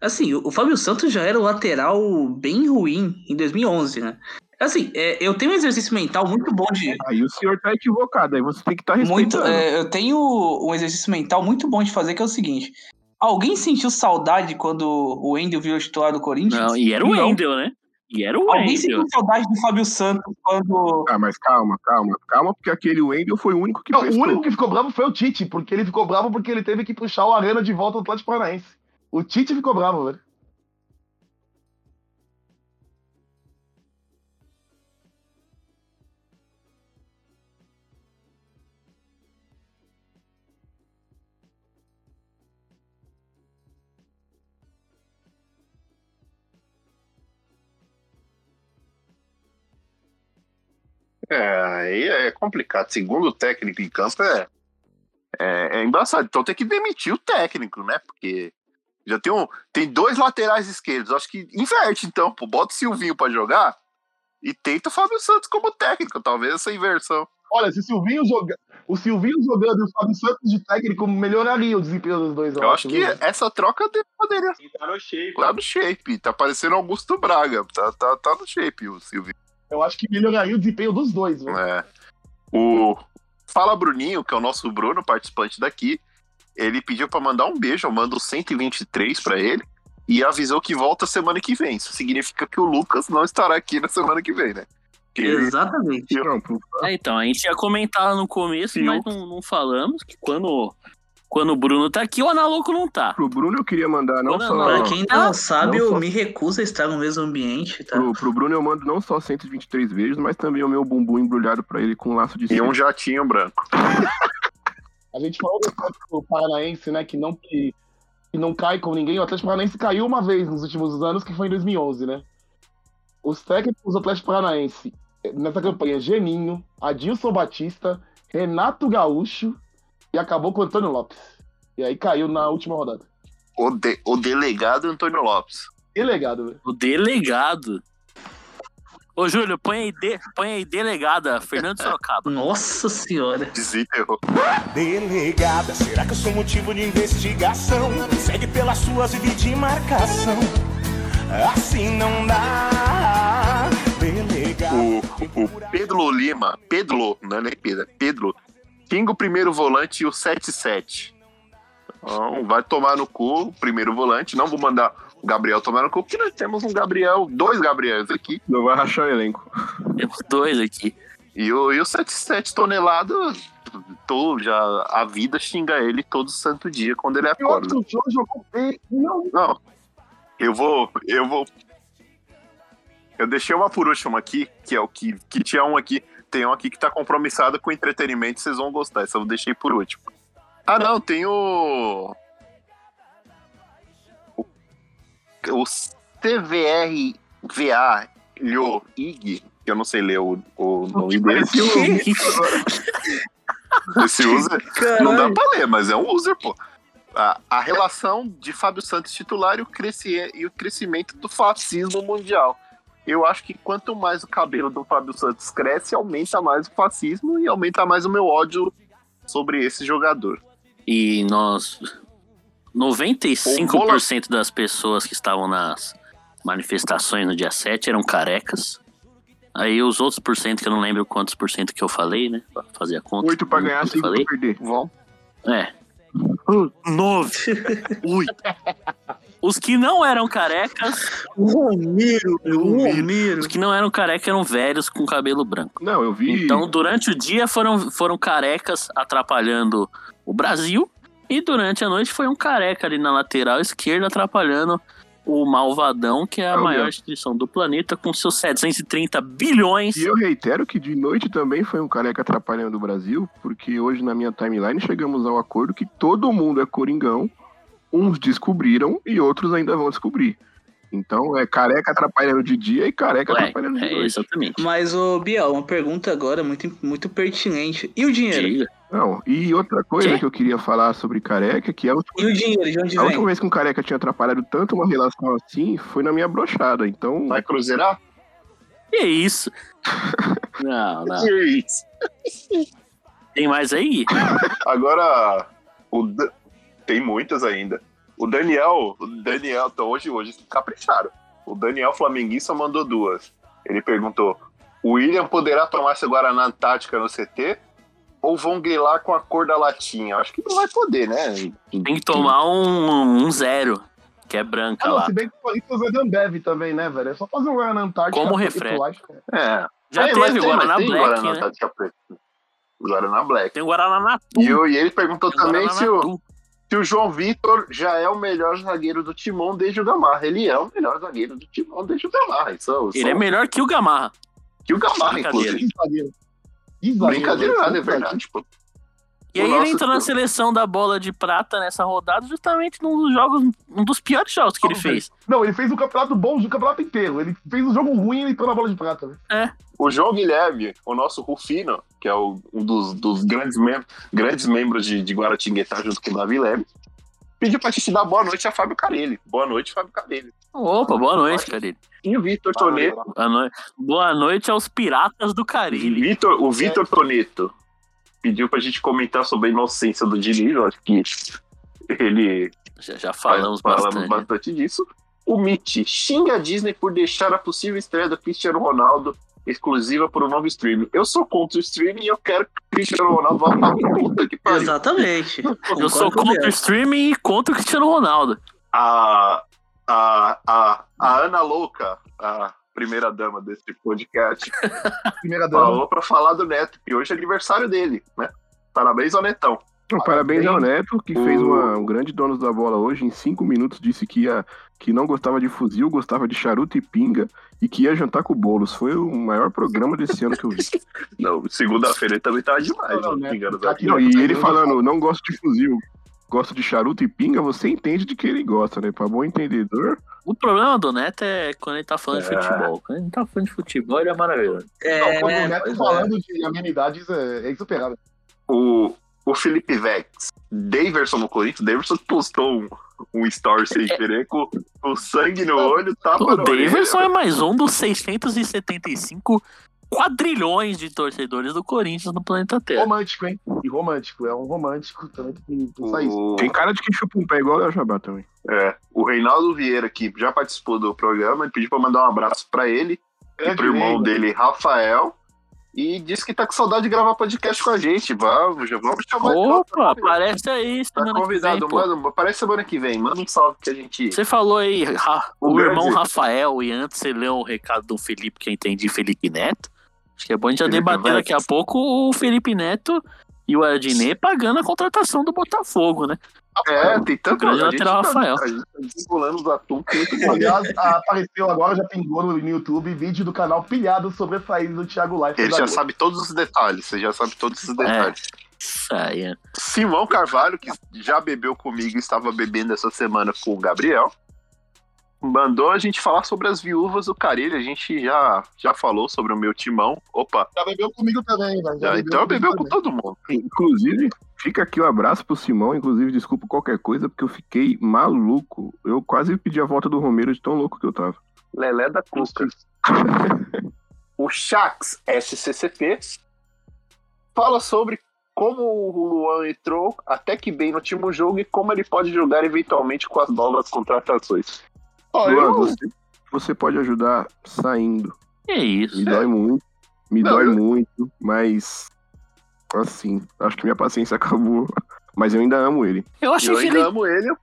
E: Assim, o o Fábio Santos já era o lateral bem ruim em 2011, né? Assim, é, eu tenho um exercício mental muito bom de.
J: Aí o senhor tá equivocado, aí você tem que estar tá
E: Muito,
J: respeitando.
E: é, eu tenho um exercício mental muito bom de fazer, que é o seguinte: alguém sentiu saudade quando o Wendel virou titular do Corinthians?
A: Não, e era o Wendel, né? E era o
E: Alguém
A: Wendel.
E: sentiu saudade do Fábio Santos quando.
J: Ah, mas calma, calma, calma, porque aquele Wendel foi o único que
I: Não, o
J: prestou.
I: único que ficou bravo foi o Tite, porque ele ficou bravo porque ele teve que puxar o Arena de volta do Atlético Paranaense. O Tite ficou bravo, velho.
F: É, aí é complicado. Segundo o técnico em campo é, é, é embaçado. Então tem que demitir o técnico, né? Porque já tem um. Tem dois laterais esquerdos. Acho que inverte, então, pô. Bota o Silvinho pra jogar e tenta o Fábio Santos como técnico. Talvez essa inversão.
I: Olha, se o Silvinho, joga... o Silvinho jogando e o Fábio Santos de técnico melhoraria o desempenho dos dois.
F: Eu acho que é.
I: viu?
F: essa troca de- poderia
L: Tá no shape.
F: tá no shape. Tá parecendo Augusto Braga. Tá, tá, tá no shape o Silvinho.
I: Eu acho que melhoraria o desempenho dos dois, velho.
F: É. O Fala Bruninho, que é o nosso Bruno, participante daqui, ele pediu pra mandar um beijo, eu mando 123 pra ele e avisou que volta semana que vem. Isso significa que o Lucas não estará aqui na semana que vem, né? Que ele-
E: Exatamente.
J: Não, pô,
A: É, então, a gente ia comentar no começo, mas não, não falamos que quando, quando o Bruno tá aqui, o Analoco não tá.
J: pro Bruno eu queria mandar não
A: Não,
J: só.
E: Pra quem ainda não sabe,
J: não
E: eu
J: só-
E: me recuso a estar no mesmo ambiente, tá?
J: Pro, pro Bruno eu mando não só 123 vezes, mas também o meu bumbum embrulhado pra ele com um laço de
F: E
J: seda.
F: um jatinho branco.
I: A gente falou do Atlético Paranaense, né, que não, que, que não cai com ninguém. O Atlético Paranaense caiu uma vez nos últimos anos, que foi em 2011, né? Os técnicos do Atlético Paranaense eh, nessa campanha, Geninho, Adilson Batista, Renato Gaúcho e acabou com o Antônio Lopes. E aí caiu na última rodada.
F: O, de- o delegado Antônio Lopes.
I: Que legado, velho.
A: O delegado. Ô, Júlio, põe aí, de, põe aí delegada, Fernando
E: <laughs>
A: Sorocaba.
E: Nossa senhora.
F: Desenterrou.
O: Delegada, será que eu sou motivo de investigação? Segue pelas suas e de marcação. Assim não dá. Delegada.
F: O, o Pedro Lima, Pedro, não é nem Pedro, é Pedro. Tinga o primeiro volante e o 7-7. Então, vai tomar no cu o primeiro volante. Não vou mandar o Gabriel tomar no cu, porque nós temos um Gabriel, dois Gabriels aqui.
J: Não vai rachar o elenco.
A: Temos dois aqui.
F: E o, e o 77 tonelado, tô, já, a vida xinga ele todo santo dia quando ele
I: E o
F: acorda.
I: outro jogo jogou bem. Não,
F: Não, eu vou, eu vou. Eu deixei uma por último aqui, que é o que, que tinha um aqui, tem um aqui que tá compromissado com entretenimento, vocês vão gostar, essa eu deixei por último. Ah não, tem o. O
P: o CVR VA Lho IG, que eu não sei ler o, o nome desse Esse user não dá pra ler, mas é um user, pô. A, a relação de Fábio Santos titular e o, cresci- e o crescimento do fascismo mundial. Eu acho que quanto mais o cabelo do Fábio Santos cresce, aumenta mais o fascismo e aumenta mais o meu ódio sobre esse jogador.
A: E nós. 95% das pessoas que estavam nas manifestações no dia 7 eram carecas. Aí os outros por cento, que eu não lembro quantos por cento que eu falei, né? Pra fazer a conta.
J: Oito pra ganhar,
A: que eu
J: cinco
A: falei.
J: pra perder.
P: Bom.
A: É. Nove. Oito. Os que não eram carecas.
E: Romero,
J: Um
A: Os que não eram carecas eram velhos com cabelo branco.
J: Não, eu vi.
A: Então, durante o dia foram, foram carecas atrapalhando o Brasil. E durante a noite foi um careca ali na lateral esquerda atrapalhando o Malvadão, que é a
J: É o
A: maior
J: mesmo.
A: instituição do planeta, com seus 730 bilhões.
J: E eu reitero que de noite também foi um careca atrapalhando o Brasil, porque hoje na minha timeline chegamos ao acordo que todo mundo é coringão, uns descobriram e outros ainda vão descobrir. Então é careca atrapalhando de dia e careca
A: Ué,
J: atrapalhando de
A: é,
J: noite.
A: exatamente.
E: Mas, ô, Biel, uma pergunta agora muito, muito pertinente. E o dinheiro?
A: Diga.
J: Não, e outra coisa
E: Quê?
J: que eu queria falar sobre careca, que é o
E: E É o dinheiro, de onde
J: A última
E: vem?
J: vez que um careca tinha atrapalhado tanto uma relação assim foi na minha brochada, então.
P: Vai cruzeirar?
A: Que isso? Não, não. Tem mais aí?
F: Agora, o Da- tem muitas ainda. O Daniel, o Daniel, então hoje, hoje capricharam. O Daniel Flamenguista mandou duas. Ele perguntou: o William poderá tomar seu Guaraná Antártica no CT? Ou vão grilar com a cor da latinha? Acho que não vai poder, né?
A: Tem que tomar um, um zero, que é branca
I: Ah, não,
A: lá.
I: se bem que pode fazer de Ambev também, né, velho? É só fazer um Guaraná Antártica.
A: Como
I: e
A: refresco.
I: tu acha-
F: É.
A: Já
F: É, mas
A: teve
F: tem,
A: Guaraná
F: mas tem
A: Black,
F: Guaraná
A: né?
F: Antártica Preto. Guaraná Black.
A: Tem Guaraná Natu.
F: E,
I: Hum.
F: eu- e ele perguntou
A: Tem
F: também
A: Guaraná
F: se o,
A: Natu.
F: se o João Vitor já é o melhor zagueiro do Timão desde o Gamarra. Ele é o melhor zagueiro do Timão desde o Gamarra. Isso, isso
A: Ele é melhor que o Gamarra.
F: que o Gamarra,
A: Brincadeira.
F: inclusive.
I: Brincadeira. Ih, valeu,
F: Brincadeira
I: velho.
F: nada, é verdade. pô.
A: E
F: O
A: aí ele
F: nosso-
A: entra na seleção da bola de prata nessa rodada, justamente num dos jogos, um dos piores jogos que ele fez.
I: Não, ele fez o campeonato bom, o campeonato inteiro. Ele fez um jogo ruim e entrou na bola de prata. velho.
F: O João Guilherme, o nosso Rufino, que é o- um dos, dos grandes, mem grandes membros de, de Guaratinguetá junto com o Davi Leme, pediu pra gente dar boa noite a Fábio Carelli. Boa noite, Fábio Carelli.
A: Opa, boa noite, Carilho.
F: E o Vitor Toneto.
A: Boa noi- Boa noite aos piratas do Carilho.
F: Vitor, o Vitor Toneto pediu pra gente comentar sobre a inocência do Dinilo. Acho que ele
A: Já, já falamos bastante.
F: disso. O Mitch xinga a Disney por deixar a possível estreia do Cristiano Ronaldo exclusiva por um novo streaming. Eu sou contra o streaming e eu quero que o Cristiano Ronaldo vá pra puta que pariu.
E: Exatamente.
A: Eu sou contra o streaming e contra o Cristiano Ronaldo.
F: A, a, a, a Ana Louca, a primeira dama desse
A: <laughs>
F: podcast,
I: Primeira dama.
F: falou pra falar do Neto, que hoje é aniversário dele, né? Parabéns ao Netão.
J: Então, parabéns ao Neto, que
F: O-
J: fez uma- um grande dono da bola hoje. Em cinco minutos disse que, ia, que não gostava de fuzil, gostava de charuto e pinga e que ia jantar com bolos. Foi o maior programa desse ano que
F: <laughs>
J: eu vi.
F: Não, segunda-feira ele também tava demais. né?
I: Não,
F: Não,
I: não, Neto,
F: engano,
I: tá aqui,
F: Não,
J: Não, e ele falando, não gosto de fuzil, gosto de charuto e pinga, você entende de que ele gosta, né? Pra bom entendedor.
A: O problema do Neto é quando ele tá falando de
F: É.
A: futebol. Quando ele tá falando de futebol, ele é maravilhoso.
I: Não, quando
E: É,
I: o Neto
A: pois
I: falando de amenidades é, é insuperável.
F: o, o Felipe Vex, Daverson no Corinthians, Daverson postou um, um story sem
A: É.
F: querer com o sangue no olho, tapa
A: O
F: no orelha.
A: Davidson é mais um dos 675 quadrilhões de torcedores do Corinthians no planeta Terra.
I: Romântico, hein? E romântico. É um romântico também. Tem que pensar isso.
F: O,
J: Tem cara de que chupa um pé igual o Léo Jabá também.
F: é, o Reinaldo Vieira, que já participou do programa, ele pediu pra mandar um abraço pra ele e pro irmão dele, Rafael. E disse que tá com saudade de gravar podcast com a gente. Vamos, já vamos chamar ele lá.
A: Opa, aparece aí
F: Tá
A: semana
F: convidado,
A: que vem, pô.
F: manda, aparece semana que vem. Manda um salve que a gente.
A: Você falou aí Ra-
F: O
A: o,
F: grande.
A: irmão Rafael e antes você leu o recado do Felipe, que eu entendi, Felipe Neto. Acho que é bom a gente já
F: Felipe
A: debater
F: Neto.
A: daqui a pouco o Felipe Neto e o Adnet pagando a contratação do Botafogo, né?
F: É, tem
A: O
F: tanto.
A: grande
F: a gente
A: lateral
F: tá-
A: Rafael.
F: A gente tá desenrolando os assuntos muito bom.
I: Aliás, apareceu agora, já pingou no YouTube, vídeo do canal pilhado sobre a saída do Thiago Life.
J: um.
F: Ele já sabe todos os detalhes, ele já sabe todos
J: É.
F: os detalhes.
A: Isso aí, é.
F: Simão Carvalho, que já bebeu comigo e estava bebendo essa semana com o Gabriel, Mandou a gente falar sobre as viúvas do Carilho. A gente já, já falou sobre o meu timão. Opa,
I: Já bebeu comigo também, velho.
F: já, então bebeu com
I: comigo
F: todo mundo.
J: É, Inclusive, fica aqui o abraço pro Simão. Inclusive, desculpa qualquer coisa, porque eu fiquei maluco. Eu quase pedi a volta do Romero de tão louco que eu tava.
F: Lelé da Cuca. o Shax SCCP fala sobre como o Luan entrou até que bem no último jogo e como ele pode jogar eventualmente com as novas contratações. Ó,
J: Luan,
F: eu-
J: você, você pode ajudar saindo.
A: Que É isso.
J: Me dói muito. Me
F: Não,
J: dói
F: eu-
J: muito, mas. Assim, acho que minha paciência <laughs> acabou. Mas eu ainda amo ele.
A: Eu achei
F: eu
A: que
F: ainda
A: ele.
F: amo ele.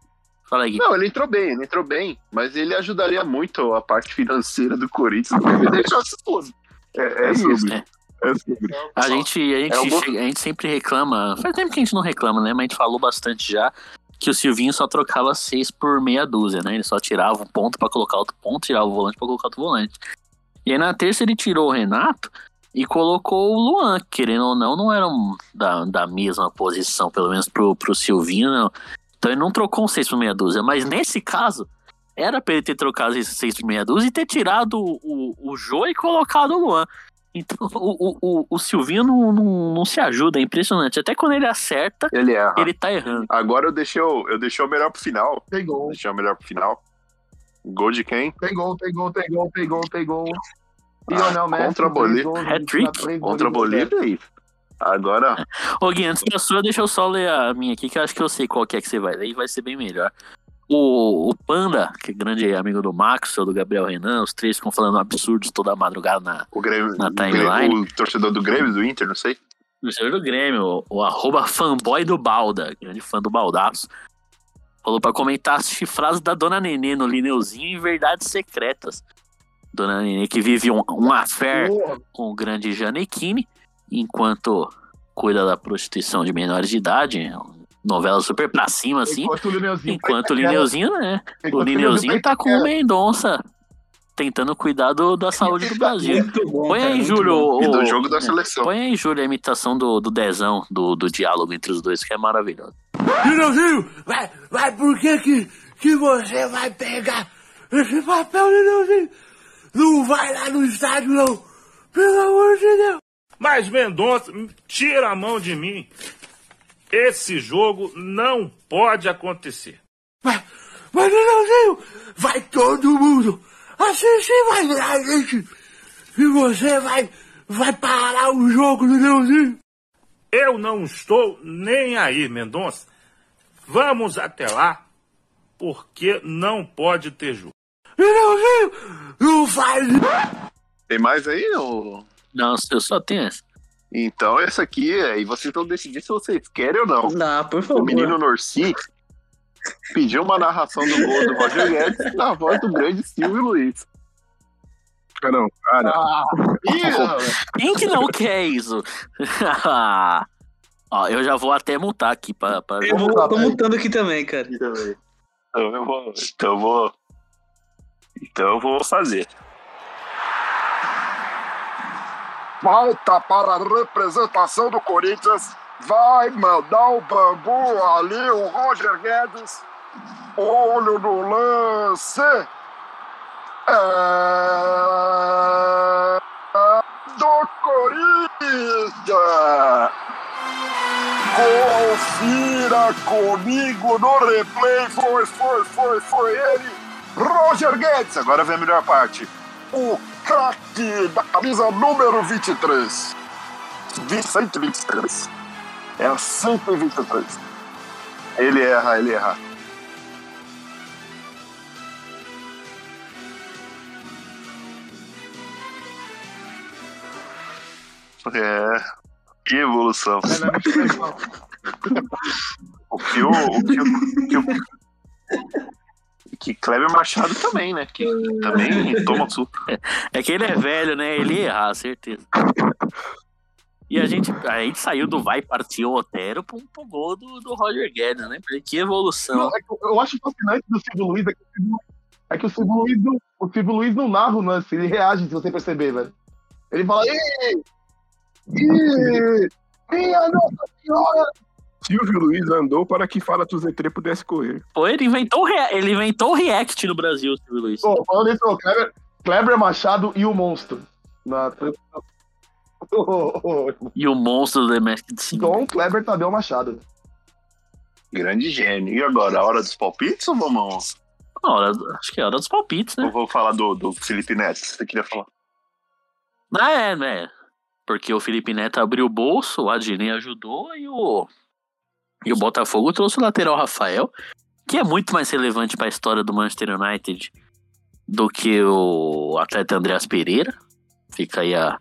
A: Fala aí, Gui.
F: Não, ele entrou bem, ele entrou bem, mas ele ajudaria muito a parte financeira do Corinthians. Ele deixou sujo.
J: É, é
F: isso.
J: sobre.
A: É.
J: É sobre.
A: A gente, a, gente
F: É um bom-
A: chega- a gente sempre reclama. Faz tempo que a gente não reclama, né? Mas a gente falou bastante já que o Silvinho só trocava seis por meia dúzia, né? Ele só tirava um ponto pra colocar outro ponto, tirava o volante pra colocar outro volante. E aí na terça ele tirou o Renato e colocou o Luan, que, querendo ou não, não eram da, da mesma posição, pelo menos pro, pro Silvinho, não. Então ele não trocou um seis por meia dúzia. Mas nesse caso, era pra ele ter trocado esses seis por meia dúzia e ter tirado o, o, o Jô e colocado o Luan. Então, <laughs> o, o, o, o Silvinho não, não, não se ajuda, é impressionante. Até quando ele acerta,
F: Ele erra.
A: ele tá errando.
F: Agora eu deixei o, eu deixei o melhor pro final.
I: Tem gol,
F: Deixei o melhor pro final. Gol de quem?
I: tem gol, tem gol, tem gol, tem gol, tem gol.
J: Ah,
I: Lionel Messi.
F: contra a
I: três
F: Bolívia.
I: gols,
A: Hat-trick
I: três gols, né?
F: Contra a Bolívia aí. Agora,
A: Ô, Gui, antes da sua, deixa eu só ler a minha aqui, que eu acho que eu sei qual que é que você vai ler e vai ser bem melhor. O, o Panda, que é grande amigo do Max, do Gabriel Renan, os três ficam falando absurdos toda madrugada na,
F: o Grêmio.
A: Na
F: o
A: timeline.
F: Grêmio- O torcedor do Grêmio, do Inter, não sei.
A: no servidor do Grêmio, o, o arroba fanboy do Balda, grande fã do Baldaço, falou pra comentar as chifradas da Dona Nenê no Lineuzinho em Verdades Secretas. Dona Nenê que vive um, um affair
I: Porra,
A: com o grande Janequine, enquanto cuida da prostituição de menores de idade, é novela super pra cima, assim,
I: Enquanto o Lineuzinho.
A: enquanto o Lineuzinho, né? O
E: assim,
I: enquanto
A: Lineuzinho tá com o
I: Itaquera.
A: Mendonça, tentando cuidar do- da saúde do Brasil.
E: é Muito bom.
A: Põe
E: cara, é
A: aí,
E: muito
A: Júlio,
E: bom.
A: o-
F: E do
A: o-
F: jogo da seleção.
A: Põe aí, Júlio, a imitação do, do Dezão, do, do diálogo entre os dois, que é maravilhoso.
O: Lineuzinho, vai, vai, por que que, que você vai pegar esse papel, Lineuzinho? Não vai lá no estádio, não. Pelo amor de Deus. Mas, Mendonça, tira a mão de mim. Esse jogo não pode acontecer. Mas, mas Lineuzinho, vai todo mundo assistir mais lá, gente. E você vai, vai parar o jogo, Lineuzinho. Eu não estou nem aí, Mendonça. Vamos até lá, porque não pode ter jogo. Não, não faz
F: Tem mais aí? Ou...
A: Não, eu só tenho essa.
F: Então, essa aqui, aí vocês vão decidir se vocês querem ou não.
E: Não, por favor.
F: O menino Norci pediu uma narração do gol do Roger Guedes na voz do grande Silvio Luiz.
J: Ah, não, cara.
I: Ah,
F: <laughs>
I: ih,
A: Quem que não quer isso? <laughs> Ó, eu já vou até multar aqui pra. pra...
E: Eu vou, tô montando aqui também, cara.
F: Então eu vou. Então eu vou. Então eu vou fazer. Falta para a representação do Corinthians. Vai mandar o bambu ali, o Roger Guedes. Olho no lance. É... Do Corinthians. Confira comigo no replay. Foi, foi, foi, foi ele. Roger Guedes. Agora vem a melhor parte. O craque da camisa número 23. 123. É a 123. Ele erra, ele erra. É. Que evolução. O que o. o que o- que o- que Kleber Machado também, né? Que também toma um suco.
A: É que ele é velho, né? Ele ia errar, certeza. E a gente, a gente saiu do vai partir o Otero pro, pro gol do, do Roger Guedes, né? Porque Que evolução.
I: Não, é que eu- eu acho fascinante do Silvio Luiz é que o Silvio, é que o Silvio Luiz, não- o Silvio Luiz não narra o lance, ele reage, se você perceber, velho. Ele fala, ei, ei, minha Nossa Senhora,
J: Silvio Luiz andou para que Fala Tuzetre pudesse correr.
A: Pô, ele inventou, o rea- ele inventou o React no Brasil, Silvio Luiz.
I: Pô, falando isso, o Kleber, Kleber Machado e o Monstro.
J: <laughs>
I: Na... <laughs>
A: E o monstro do The Masked Singer.
I: Dom Kleber Tadeu Machado.
F: Grande gênio. E agora, a hora dos palpites ou vamos.
A: Não, hora- acho que é hora dos palpites, né?
F: Eu vou falar do, do Felipe Neto. Você queria falar?
A: Ah, é, né? Porque o Felipe Neto abriu o bolso, o Adnei ajudou e o. E o Botafogo trouxe o lateral Rafael, que é muito mais relevante para a história do Manchester United do que o atleta Andreas Pereira. Fica aí a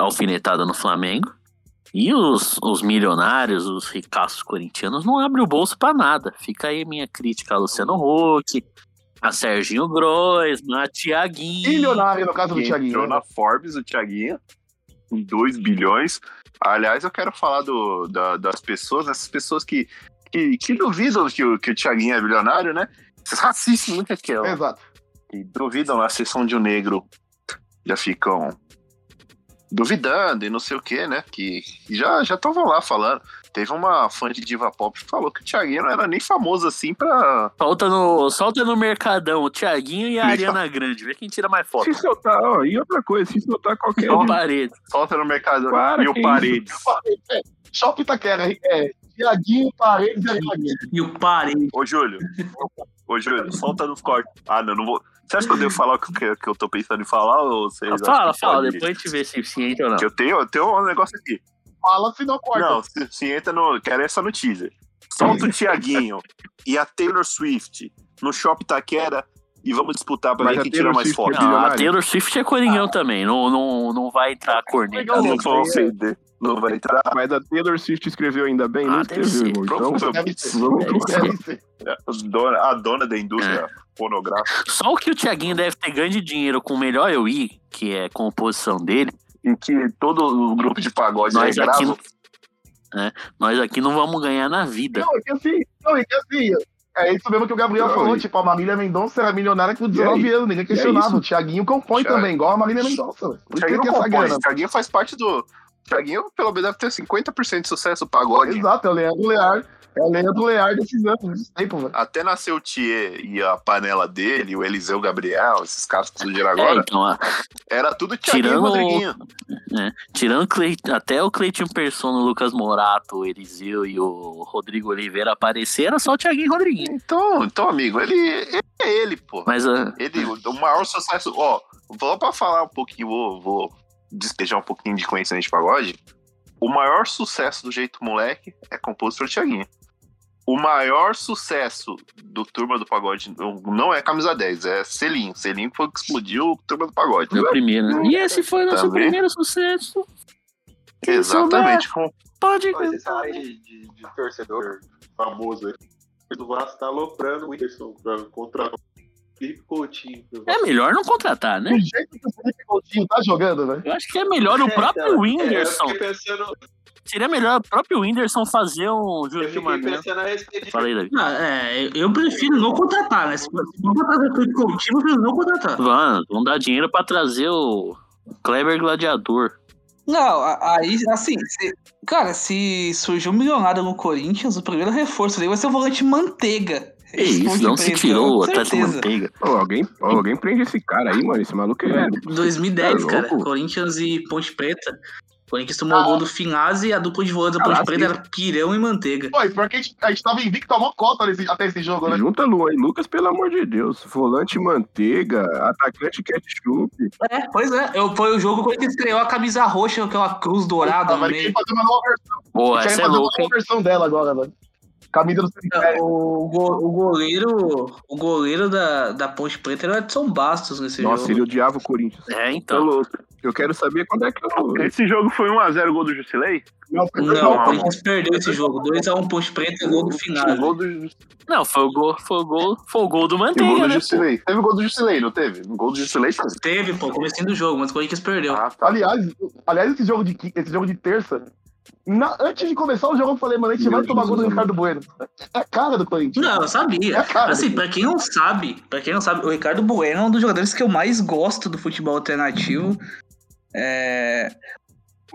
A: a alfinetada no Flamengo. E os, os milionários, os ricaços corintianos, não abrem o bolso para nada. Fica aí minha crítica a Luciano Huck, a Serginho Grois, a Tiaguinho.
I: Milionário, no caso do
F: Quem
I: Thiaguinho.
F: Entrou
I: né?
F: na Forbes, o Thiaguinho, com 2 bilhões. Aliás, eu quero falar do, da- das pessoas, essas pessoas que, que, que duvidam que o, que o Thiaguinho é bilionário, né? Esses racistas nunca que
J: Então.
F: é, ó,
I: Exato.
F: que duvidam a sessão de um negro, já ficam duvidando e não sei o que, né? Que já já estavam lá falando. Teve uma fã de diva pop que falou que o Thiaguinho não era nem famoso assim pra...
A: Solta no, solta no Mercadão o Thiaguinho e a
F: Isso.
A: Ariana Grande. Vê quem tira mais foto.
J: Se soltar, ó, e outra coisa, se
I: tá
J: soltar qualquer.
A: O parede.
F: Solta no mercado né?
J: Para,
F: e o
A: é
J: que
F: parede.
I: Shopping Taquera, é. Tiaguinho, Paredes e Ariadinho.
E: E o parede.
H: Ô,
A: <laughs>
H: Júlio. Ô, Júlio, solta no corte. Ah, não, não vou. Você acha que eu devo falar o que, que eu tô pensando em falar? Ou vocês acham
A: Fala,
H: que
A: fala.
H: pode-
A: Depois a gente vê se, se entra ou não.
H: Que eu tenho, eu tenho um negócio aqui.
I: Fala se não corta.
H: Não, se, se entra no. Quero essa no teaser. Solta
A: <laughs>
H: o Tiaguinho e a Taylor Swift no Shopping Taquera e vamos disputar pra
J: Mas
H: ver
J: a
H: quem tira
J: Taylor
H: mais
J: Swift
H: foto.
J: é
A: Não, a
J: bilionário.
A: Taylor Swift é coringão também. Não, não, não vai entrar a
F: Ah,
A: corneta.
H: Não vou ofender. Não vai entrar.
J: Mas a Taylor Swift escreveu ainda bem,
A: Ah,
J: não
A: deve
J: escreveu,
A: ser.
J: irmão. Então,
I: Deve ser.
J: vamos
A: Deve
J: trocar.
I: Deve ser.
H: A dona, a dona da indústria pornográfica.
A: Só o que o Thiaguinho deve ter ganho de dinheiro com o melhor eu ir, que é a composição dele,
F: Em que todo o grupo de pagode
A: Nós
F: é
A: aqui né?
F: bravo.
A: nós aqui não vamos ganhar na vida.
I: Não, é que assim, não, é que assim, é isso mesmo que o Gabriel
J: Não,
I: falou,
J: e-
I: tipo, a Marília Mendonça era milionária com 19 anos, ninguém questionava,
J: isso?
I: o Thiaguinho compõe
F: Thiago-
I: também, igual a Marília Mendonça, velho.
F: O
I: por isso que
F: Thiaguinho
I: ele
F: não
I: tem essa
F: compõe,
I: grana.
F: o Thiaguinho faz parte do. O Thiaguinho, pelo menos, deve ter 50% de sucesso pagode.
I: Exato, é o Leandro Lear, é o Leandro Lear desses anos, desse tempo, velho.
F: Até nasceu o Thier e a panela dele, o Eliseu Gabriel, esses caras que surgiram
A: É,
F: agora,
A: então, a-
F: era tudo Thiaguinho e
A: Tirando o-
F: Rodriguinho.
A: tirando Cleit- até o Cleitinho Persona, o Lucas Morato, o Eliseu e o Rodrigo Oliveira apareceram, só o Thiaguinho e o Rodriguinho.
F: Então, então, amigo, ele, ele é ele, pô.
A: Mas ah,
F: Ele, o maior sucesso. Ó, vou pra falar um pouquinho, vou, vou despejar um pouquinho de conhecimento de pagode. O maior sucesso do Jeito Moleque é composto pelo Thiaguinho. O maior sucesso do Turma do Pagode não- não é Camisa 10, é Selinho. Selinho foi o que explodiu o Turma do Pagode.
A: Meu primeiro. né? E esse foi o nosso
F: Também.
A: primeiro sucesso.
I: né?
A: Quem
F: Exatamente. Com-
A: souber, Pode
L: Esse
I: é
J: Então,
A: cantar.
J: né?
L: cara de, de, de torcedor famoso aí. O Vasco tá aloprando o Whindersson pra contratar o Felipe Coutinho. pro Vasco.
A: É melhor não contratar, né?
I: Do jeito que o Felipe Coutinho tá jogando,
J: né?
I: velho.
A: Eu acho que é melhor o
L: É,
A: próprio
L: então,
A: Whindersson.
L: É, eu fiquei pensando,
A: Seria melhor o próprio Whindersson fazer um
L: eu
A: Júlio de
L: fiquei
A: Mané.
L: pensando a respeito de
A: Falei, Davi.
E: Ah, é, eu- eu prefiro não contratar, né? Se se for contratar o Felipe Coutinho, eu prefiro não contratar.
A: Vão, vão dar dinheiro pra trazer o Kleber Gladiador.
E: Não, a- aí, assim, se- cara, se surgiu um milionário no Corinthians, o primeiro reforço dele vai ser o volante manteiga.
A: Que isso, não se tirou o Atlético
E: certeza.
A: Manteiga.
J: Ô, alguém, ó, alguém prende esse cara aí, mano. Esse maluco é.
E: 2010,
J: Tá
E: cara,
J: louco?
E: Corinthians e Ponte Preta. Corinthians tomou o gol do Finazzi e a dupla de volantes da Ponte
J: Caraca,
E: Preta era Pirão e Manteiga.
I: Pô, e pior que a gente, a gente tava invicto a mó cota nesse- até esse jogo, né?
J: Junta Luan e Lucas, pelo amor de Deus. Volante manteiga, atacante ketchup.
E: É, pois é, eu, foi o jogo que o Corinthians estreou a camisa roxa, aquela cruz dourada
I: Ah,
E: no
I: vai querer
E: meio.
I: fazer uma nova versão,
A: Pô,
I: querem
A: essa é
I: fazer uma
A: louca,
I: nova
A: hein?
I: versão dela agora, velho. Camisa do cemitério.
E: O, go- o goleiro, o goleiro da, da Ponte Preta era o Edson Bastos nesse
J: Nossa, ele
E: jogo.
J: odiava o Corinthians.
A: É,
J: Tá
A: então.
J: louco. Eu quero saber quando é que eu.
H: Esse jogo foi 1x0 gol do Jusilei?
E: Não, o Corinthians perdeu esse jogo. 2x1 Ponte Preta e gol do Finazzi.
F: Gol do,
A: Não, foi o gol, foi o gol, foi o gol do
F: gol
A: Manteiga,
F: do
A: né?
F: Jusilei. Teve gol do Jusilei, não teve? Gol do Jusilei?
E: Teve, pô, comecinho do jogo, mas o Corinthians perdeu.
F: Ah, tá.
I: Então, Aliás, aliás esse, jogo de, qui- esse jogo de terça, na- antes de começar o jogo, eu falei, mano, a gente
J: Meu
I: vai tomar gol do
J: Jesus,
I: Ricardo Bueno. É a cara do Corinthians.
E: Não, eu sabia.
I: É, cara.
E: Assim, pra quem não sabe, para quem não sabe, o Ricardo Bueno é um dos jogadores que eu mais gosto do futebol alternativo. É,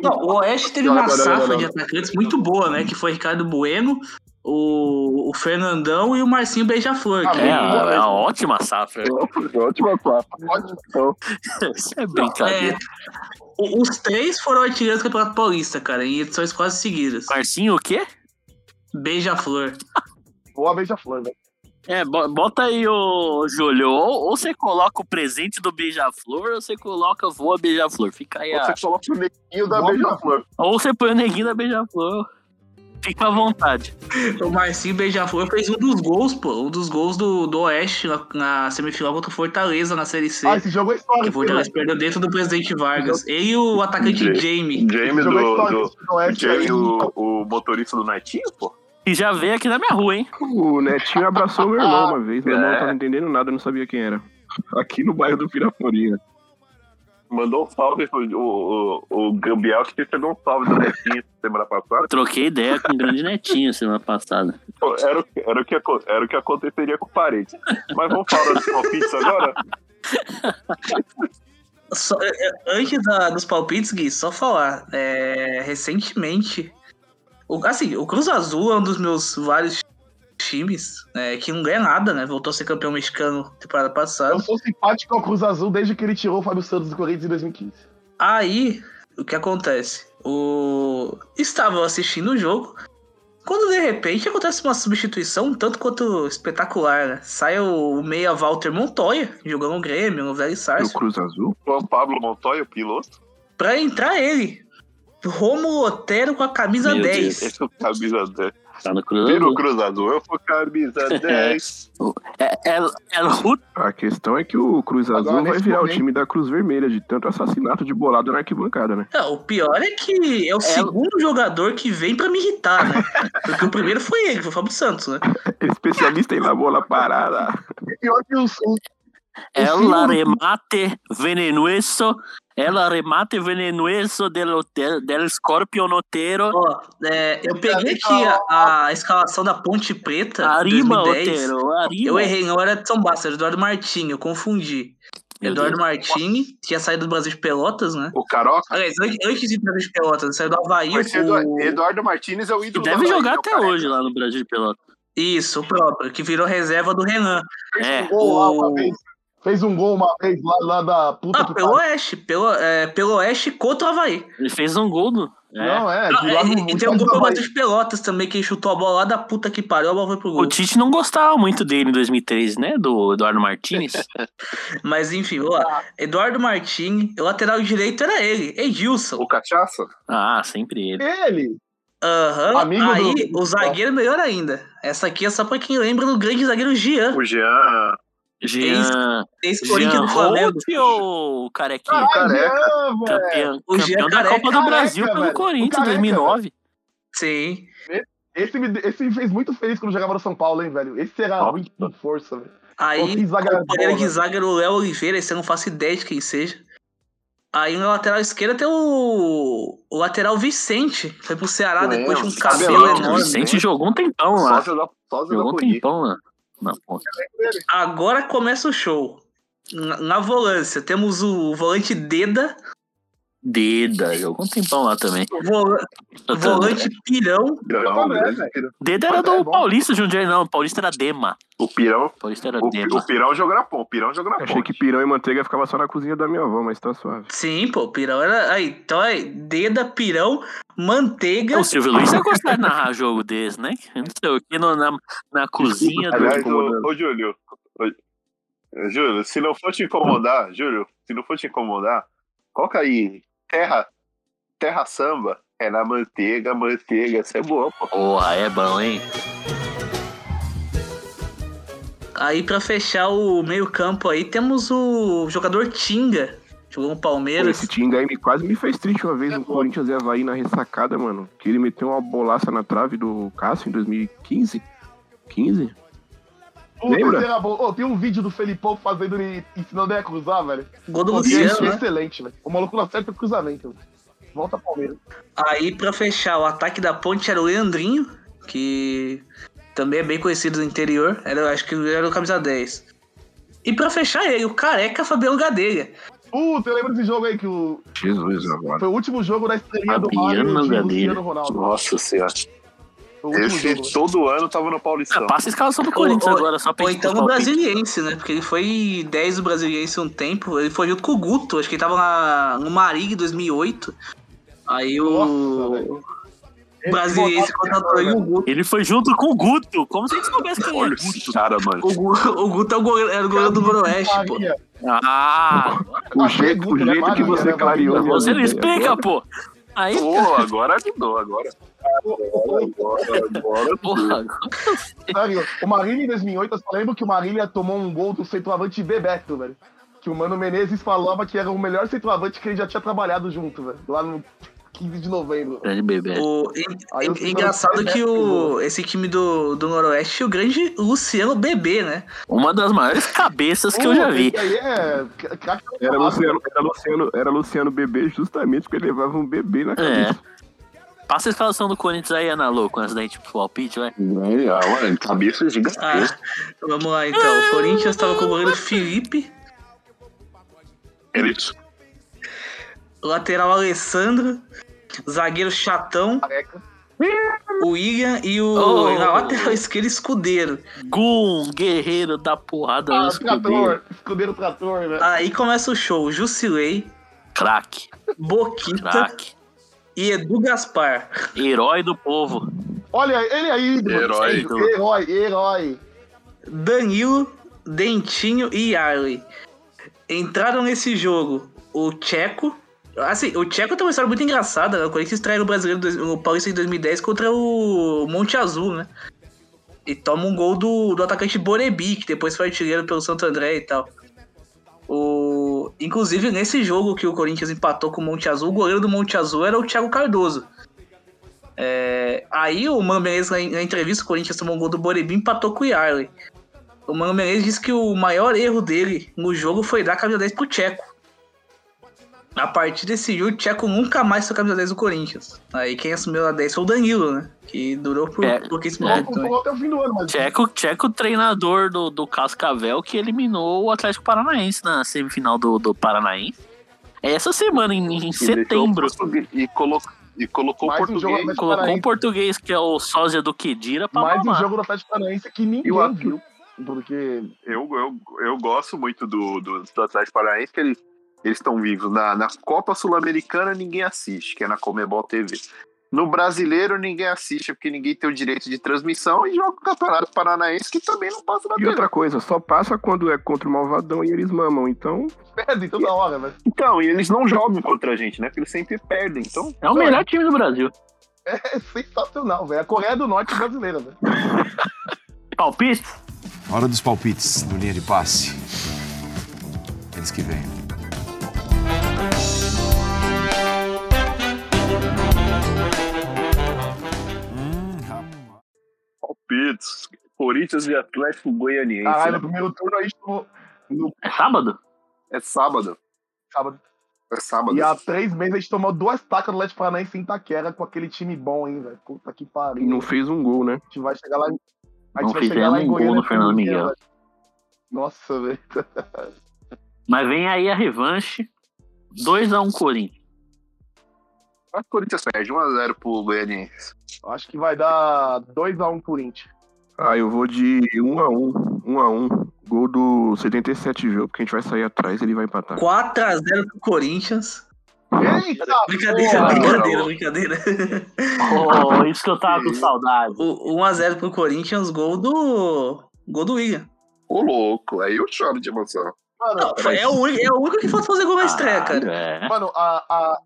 E: Não, o Oeste teve
Q: Não,
E: uma
Q: não, não,
E: safra
Q: não, não.
E: de atacantes muito boa, né? Que foi Ricardo Bueno, o, o Fernandão e o Marcinho
Q: Ah,
E: Beija-Flor.
A: É,
E: cara.
A: é uma ótima safra. <laughs>
I: Ótima safra. Ótimo.
A: Isso é brincadeira.
E: O- Os três foram artilheiros do Campeonato Paulista, cara, em edições quase seguidas.
A: Marcinho o quê?
E: Beija-flor.
R: Boa beija-flor,
I: né?
R: velho.
A: É, bo- bota aí o Júlio. Ou, ou você coloca o presente do beija-flor, ou você coloca voa beija-flor. Fica aí a...
I: Você coloca o neguinho da
R: Boa
I: beija-flor.
A: Ou você põe o neguinho da beija-flor. Fica à vontade.
E: O Marcinho Beija-flor fez um dos gols, pô. Um dos gols do, do Oeste na, na semifinal contra o Fortaleza na Série C.
R: Ah, esse jogo é
E: que
R: histórico.
E: o
I: né?
E: Fortaleza perdeu dentro Tipo, do presidente Vargas. Ele e o atacante
F: Sim.
E: Jamie.
F: James
R: Esse jogo é
F: do.
R: histórico.
F: do
R: esse do Oeste aí.
F: Jamie,
I: é
F: o, o motorista do Netinho, pô.
A: E já veio aqui na minha rua, hein?
I: O Netinho abraçou meu irmão uma vez. Meu irmão
F: É.
I: não tava entendendo nada, não sabia quem era. Aqui no bairro do Piraporinha.
F: Mandou um salve pro o, o, o Gambiel que pegou um salve do Netinho <laughs> semana passada.
A: Troquei ideia com o grande netinho semana passada.
F: Pô, Era, o- era, o que, aco- era o que aconteceria com o parente. Mas vamos falar dos palpites agora?
E: Só- é, é, antes da- dos palpites, Gui, só falar. é, recentemente. O, assim, o Cruz Azul é um dos meus vários times é, que não ganha nada, né? Voltou a ser campeão mexicano temporada passada.
R: Eu sou simpático ao Cruz Azul desde que ele tirou o Fábio Santos do Corinthians em 2015.
E: Aí, o que acontece? O... Estavam assistindo o jogo. Quando de repente acontece uma substituição um tanto quanto espetacular, né? Sai o o meia Walter Montoya, jogando no Grêmio, no Velho
I: Do
E: Sarcio,
I: Cruz Azul.
F: Juan Pablo Montoya, o piloto.
E: pra entrar ele. Romulo Otero com a camisa
A: Meu
E: 10.
F: Esse é o camisa 10.
A: Tá no Cruz
F: Vira o
A: Azul.
F: cruzador, eu sou camisa
A: <laughs>
F: 10.
A: É, é, é Lu-
I: A questão é que o Cruz
R: Agora,
I: Azul vai
R: nesse
I: virar
R: momento-
I: o time da Cruz Vermelha, de tanto assassinato de bolado na arquibancada, né? <laughs>
E: Não, o pior é que é o segundo jogador que vem pra me irritar, né? Porque o primeiro foi ele, foi o Fábio Santos, né?
I: Especialista em dar bola parada.
R: Pior que os, os,
A: Ela remate venenuoso. Ela remate venenuoso del, hotel- del Scorpion Otero.
E: Ó, é,
A: Tá
E: eu peguei aqui a, a escalação da Ponte Preta.
A: Arriba,
E: 2010.
A: Otero. Arriba.
E: Eu errei, não era de São Bastos, era Eduardo Martini, eu confundi.
A: Meu
E: Eduardo
A: Deus.
E: Martini tinha saído do Brasil de Pelotas, né?
F: O Caroca.
E: Aliás, an- antes de ir pro Brasil de Pelotas, ele saiu do Havaí.
F: Mas esse
E: o...
F: Edu- Eduardo Martinez é o
A: Que
F: ídolo
A: deve
F: do Bahia,
A: jogar
F: o
A: até
F: careca.
A: hoje lá no Brasil de Pelotas.
E: Isso, o próprio, que virou reserva do Renan.
A: É.
R: gol lá uma
E: O-
R: vez. Fez um gol uma vez lá, lá da puta
E: Ah,
R: que
E: pelo
R: pariu.
E: Oeste, pelo, é, pelo Oeste contra o Havaí.
A: Ele fez um gol do. É.
R: Não, é.
E: Ah,
R: de lá
E: e-
R: no-
E: e, tem um gol pelo Brasil de Pelotas também, que ele chutou a bola lá da puta que pariu, a bola foi pro gol.
A: O Tite não gostava muito dele em 2003, né? Do Eduardo Martinez.
E: Mas enfim, vamos
R: Ah.
E: lá. Eduardo Martini, o lateral direito era ele, Edilson.
F: O Cachaça?
A: ah, sempre ele.
R: Ele.
E: Aham.
R: Amigo
E: Aí,
R: do-
E: o zagueiro melhor ainda. Essa aqui é só pra quem lembra do grande zagueiro Jean.
F: O Jean.
A: Jean.
E: Ex-Corinthians
A: Jean
E: do Flamengo.
A: Holt ou o Carequinha?
R: Jean, velho.
A: Campeão,
E: tá O Jean
A: campeão da
E: Careca.
A: Copa do
R: Careca,
A: Brasil pelo
R: velho.
A: Corinthians
R: O
A: em
R: Careca,
A: 2009.
E: Sim.
R: Esse me, esse me fez muito feliz quando jogava no São Paulo, hein, velho? Esse era ruim com força, velho. Pô,
E: Aí,
R: que zaga
E: companheiro
R: boa,
E: de
R: velho.
E: zaga era o Léo Oliveira, esse eu não faço ideia de quem seja. Aí na lateral esquerda tem o, o lateral Vicente, que foi pro Ceará
F: Lembro,
E: depois de um
F: cabelão,
E: cabelo
A: O
E: enorme.
A: Vicente jogou um tempão
F: Só
A: lá.
F: jogar só jogar
A: Jogou um
F: por aí.
A: tempão lá. Na ponta.
E: Agora começa o show. Na, na volância, temos o volante Deda,
A: Deda, jogou um tempão lá também.
E: vol-
A: Eu tô-
E: volante Pirão,
F: Pirão, É um
R: né,
F: grande Pirão.
A: Deda era do Paulista Jundiaí, não. O Paulista era Dema.
F: O Pirão,
A: O Paulista era
F: o,
A: Dema.
F: o Pirão joga na ponte. O Pirão joga na
I: Achei
F: ponte.
I: que pirão e manteiga ficava só na cozinha da minha avó, mas tá suave.
E: Sim, pô, Pirão era. Aí, então aí, Deda, Pirão, Manteiga.
A: O Silvio Luiz ia gostar de um narrar jogo desse, né? Não sei o que, no- na, na cozinha do.
F: Aliás,
I: incomodando.
F: ô, ô, Júlio. ô, Júlio, se não for te incomodar, Júlio, se não for te incomodar, coloca aí. Terra, terra samba é na manteiga, manteiga, essa é boa, pô.
A: Porra, é bom, hein?
E: Aí, pra fechar o meio-campo aí, temos o jogador Tinga, jogou no Palmeiras.
I: Esse Tinga aí me- quase me fez triste uma vez no Corinthians e Havaí na ressacada, mano. Que ele meteu uma bolaça na trave do Cássio em 2015. 15?
R: Puta,
I: Lembra?
R: esse era bom. Ô, tem um vídeo do Felipão fazendo ele ensinando ele a cruzar, velho.
E: Gol do
R: Pô,
E: Luciano,
R: esse é
E: né?
R: excelente, velho. O maluco não acerta o cruzamento, velho. Volta Palmeiras.
E: Aí, pra fechar, o ataque da ponte era o Leandrinho, que também é bem conhecido no interior. Era, acho que era o camisa 10. E pra fechar ele, o careca Fabiano Gadelha.
I: Puta, eu lembro desse jogo aí que o.
F: Jesus, agora.
I: Foi o último jogo da estrelinha do Mario
F: Fabiano
I: e o
F: Gadelha.
I: Cristiano Ronaldo.
F: Nossa senhora.
I: Foi o último
F: Esse
I: jogo.
F: todo ano tava no Paulistão.
A: Ah, passa a escalação do Corinthians
E: Ou-
A: agora, só pra
E: Ou
A: gente
E: então
A: botar
E: o
A: o peito.
E: Brasiliense, né? Porque ele foi 10 do Brasiliense um tempo. Ele foi junto com o Guto, acho que ele tava na- no Marig em 2008. Aí o. o Brasiliense contratou ele e o Guto.
A: Ele foi junto com o Guto. Como se a gente soubesse quem é
H: Olha
A: o Guto.
H: esse cara, mano.
E: O, Gu- <laughs> o Guto é o goleiro, era o goleiro do Noroeste, pô.
I: Maria.
A: Ah,
J: O jeito, o
I: Guto, né,
J: jeito que
I: Maria,
J: você
I: né,
J: clareou.
I: Maria?
J: minha
A: você não
J: vida aí
A: explica,
J: agora.
A: pô. Aí,
H: Pô, agora ajudou, agora. Agora, agora, agora.
A: porra.
I: Sabe, o Marília em 2008, eu só lembro que o Marília tomou um gol do centroavante Bebeto, velho. Que o Mano Menezes falava que era o melhor centroavante que ele já tinha trabalhado junto, velho. Lá no 15 de novembro.
A: Grande bebê.
E: O, e-
I: Aí
E: e-
I: eu fui
E: engraçado
I: pra-
E: que o, esse time do, do Noroeste tinha o grande Luciano Bebê, né?
A: Uma das maiores cabeças que eu já vi.
I: Esse aí é... ca- ca-
J: Era Luciano, era, Luciano, era Luciano bebê justamente porque ele levava um bebê na
A: É.
J: cabeça.
A: Passa a escalação do Corinthians aí, Ana Lou, com antes da gente pro palpite, vai.
F: Olha, cabeça gigante.
E: Ah, vamos lá então. O Corinthians tava com o goleiro Felipe,
F: Ele
E: lateral Alessandro, zagueiro Chatão,
I: Careca.
E: o William e o.
A: Oh.
E: e na lateral esquerda, Escudeiro.
A: Gum, guerreiro da porrada no
I: Ah,
A: escudeiro.
I: trator. Escudeiro trator, velho.
E: Aí começa o show: Jusilei,
A: Craque,
E: Boquita
A: craque.
E: e Edu Gaspar.
A: Herói do povo.
I: Olha ele é aí, mano.
H: Herói.
I: Herói, herói.
E: Danilo, Dentinho e Arley. Entraram nesse jogo o Tcheco. Assim, o Tcheco tem uma história muito engraçada. Né? O Corinthians trai o brasileiro dois- o Paulista em 2010 contra o Monte Azul, né? E toma um gol do, do atacante Borebi, que depois foi artilheiro pelo Santo André e tal. O, inclusive, nesse jogo que o Corinthians empatou com o Monte Azul, o goleiro do Monte Azul era o Thiago Cardoso. É, aí o Mano Menezes, na, na entrevista, o Corinthians tomou um gol do Borebi e empatou com o Yarley. O Mano Menezes disse que o maior erro dele no jogo foi dar a camisa 10 pro Tcheco. A partir desse jogo, o Tcheco nunca mais foi camisa 10 do Corinthians. Aí quem assumiu a 10 foi o Danilo, né? Que durou por
A: É,
E: pouquíssimo
A: é.
E: tempo também.
I: Jogou até o fim do ano, mas...
A: Tcheco, Tcheco treinador do, do Cascavel, que eliminou o Atlético Paranaense na semifinal do, do Paranaense. Essa semana, em, em
F: deixou o
A: setembro,
F: português- E colocou, e colocou o
I: Mais um jogo
F: português.
I: Atlético
A: colocou um
I: Paranaense.
A: português que é o sósia do Kedira pra
I: Mais um
A: mamar.
I: jogo do Atlético Paranaense que ninguém
F: Eu acho-
I: viu. Porque...
H: Eu, eu, eu gosto muito do, do, do Atlético Paranaense, que eles eles estão vivos. Na, na Copa Sul-Americana ninguém assiste, que é na Comebol TV. No brasileiro ninguém assiste, porque ninguém tem o direito de transmissão e joga o Campeonato Paranaense, que também não passa na
J: E
H: TV.
J: outra coisa, só passa quando é contra o Malvadão e eles mamam. Então,
I: Perdem toda hora, velho.
F: Então, e eles não jogam contra a gente, né? Porque eles sempre perdem. Então,
A: É o melhor time do Brasil.
I: É sensacional, velho. A Coreia do Norte brasileira, velho.
A: Palpite?
O: Hora dos palpites do linha de passe. Eles que vêm.
H: Palpites. Corinthians e Atlético Goianiense.
I: Caralho, no
H: né?
I: primeiro turno aí chegou
A: É sábado?
H: É sábado.
I: sábado.
H: É sábado.
I: E há três meses a gente tomou duas tacas do Atlético Paranaense em Itaquera com aquele time bom, hein, velho. Puta que pariu.
J: não fez um gol, né?
I: A gente vai chegar lá em. A
A: Não
I: gente vai chegar lá
A: fizemos
I: em
A: um gol
I: Goiânia.
A: no Fernando
I: primeiro,
A: Miguel.
I: velho. Nossa, velho.
A: Mas vem aí a revanche. 2x1 Corinthians.
H: O Corinthians perde 1x0 pro Goianiense.
I: Eu Acho que vai dar 2x1 Corinthians.
J: Ah, eu vou de 1 a 1 1 a 1 Gol do 77 jogo, porque a gente vai sair atrás e ele vai empatar.
E: 4x0 pro Corinthians.
I: Eita!
A: Ah,
E: Brincadeira,
I: porra!
E: brincadeira, brincadeira.
A: Oh, isso que eu tava com saudade.
E: O 1x0 pro Corinthians, gol do. Gol do William.
H: Ô, louco. Aí eu choro de emoção.
A: Ah,
I: Mano,
E: Foi- É o, único, é o único que falta fazer gol na estreia,
A: Caralho,
E: cara.
A: é.
I: mano a, a...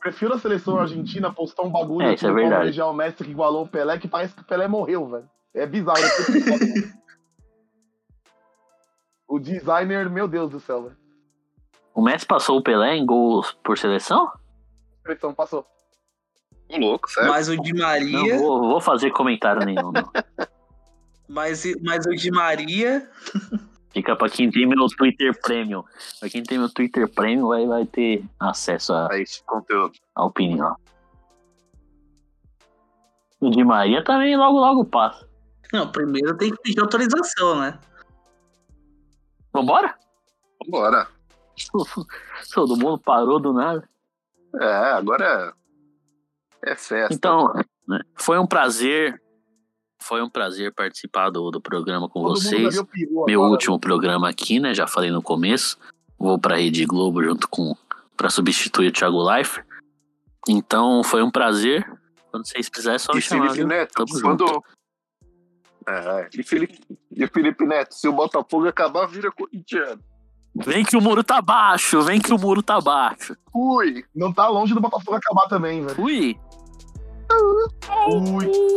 I: prefiro a seleção argentina postar um bagulho
A: É,
I: aqui
A: isso é
I: no
A: verdade.
I: homenagear o Messi que igualou o Pelé, que parece que o Pelé morreu, velho.
A: <laughs>
I: É bizarro. né? o designer, meu Deus do céu, velho.
A: O Messi passou o Pelé em gols por seleção?
I: A pressão passou.
H: Ô, louco, sério.
E: Mas o Di
A: é? Não
E: Maria.
A: vou, vou fazer comentário nenhum, não.
E: Mas, mas o Di Maria.
A: Fica pra quem tem meu Twitter Premium. Pra quem tem meu Twitter Premium vai, vai ter acesso
F: Tá
A: à,
H: Aí, esse conteúdo.
A: à opinião. O Di Maria também logo logo passa.
E: Não, primeiro tem que pedir autorização, né?
A: Vambora? <laughs>
H: Vambora.
A: Todo mundo parou do nada.
F: É, agora é festa.
A: Então, né, foi um prazer. Foi um prazer participar do, do programa com
I: Todo mundo já
A: vocês.
I: viu peru
A: Meu
I: agora,
A: último programa aqui, né? Já falei no começo. Vou pra Rede Globo junto com. pra substituir o Thiago Life. Então, foi um prazer. Quando vocês quiserem, é só me
F: E
A: chamar.
F: Felipe
A: viu?
F: Neto,
A: Tamo junto.
F: quando. É, e, Felipe, e o Felipe Neto, se o Botafogo acabar, vira corintiano.
A: Vem que o muro tá baixo, vem que o muro tá baixo.
F: Ui!
I: né? Não tá longe do Botafogo acabar também, velho.
A: Ui!
I: Ui!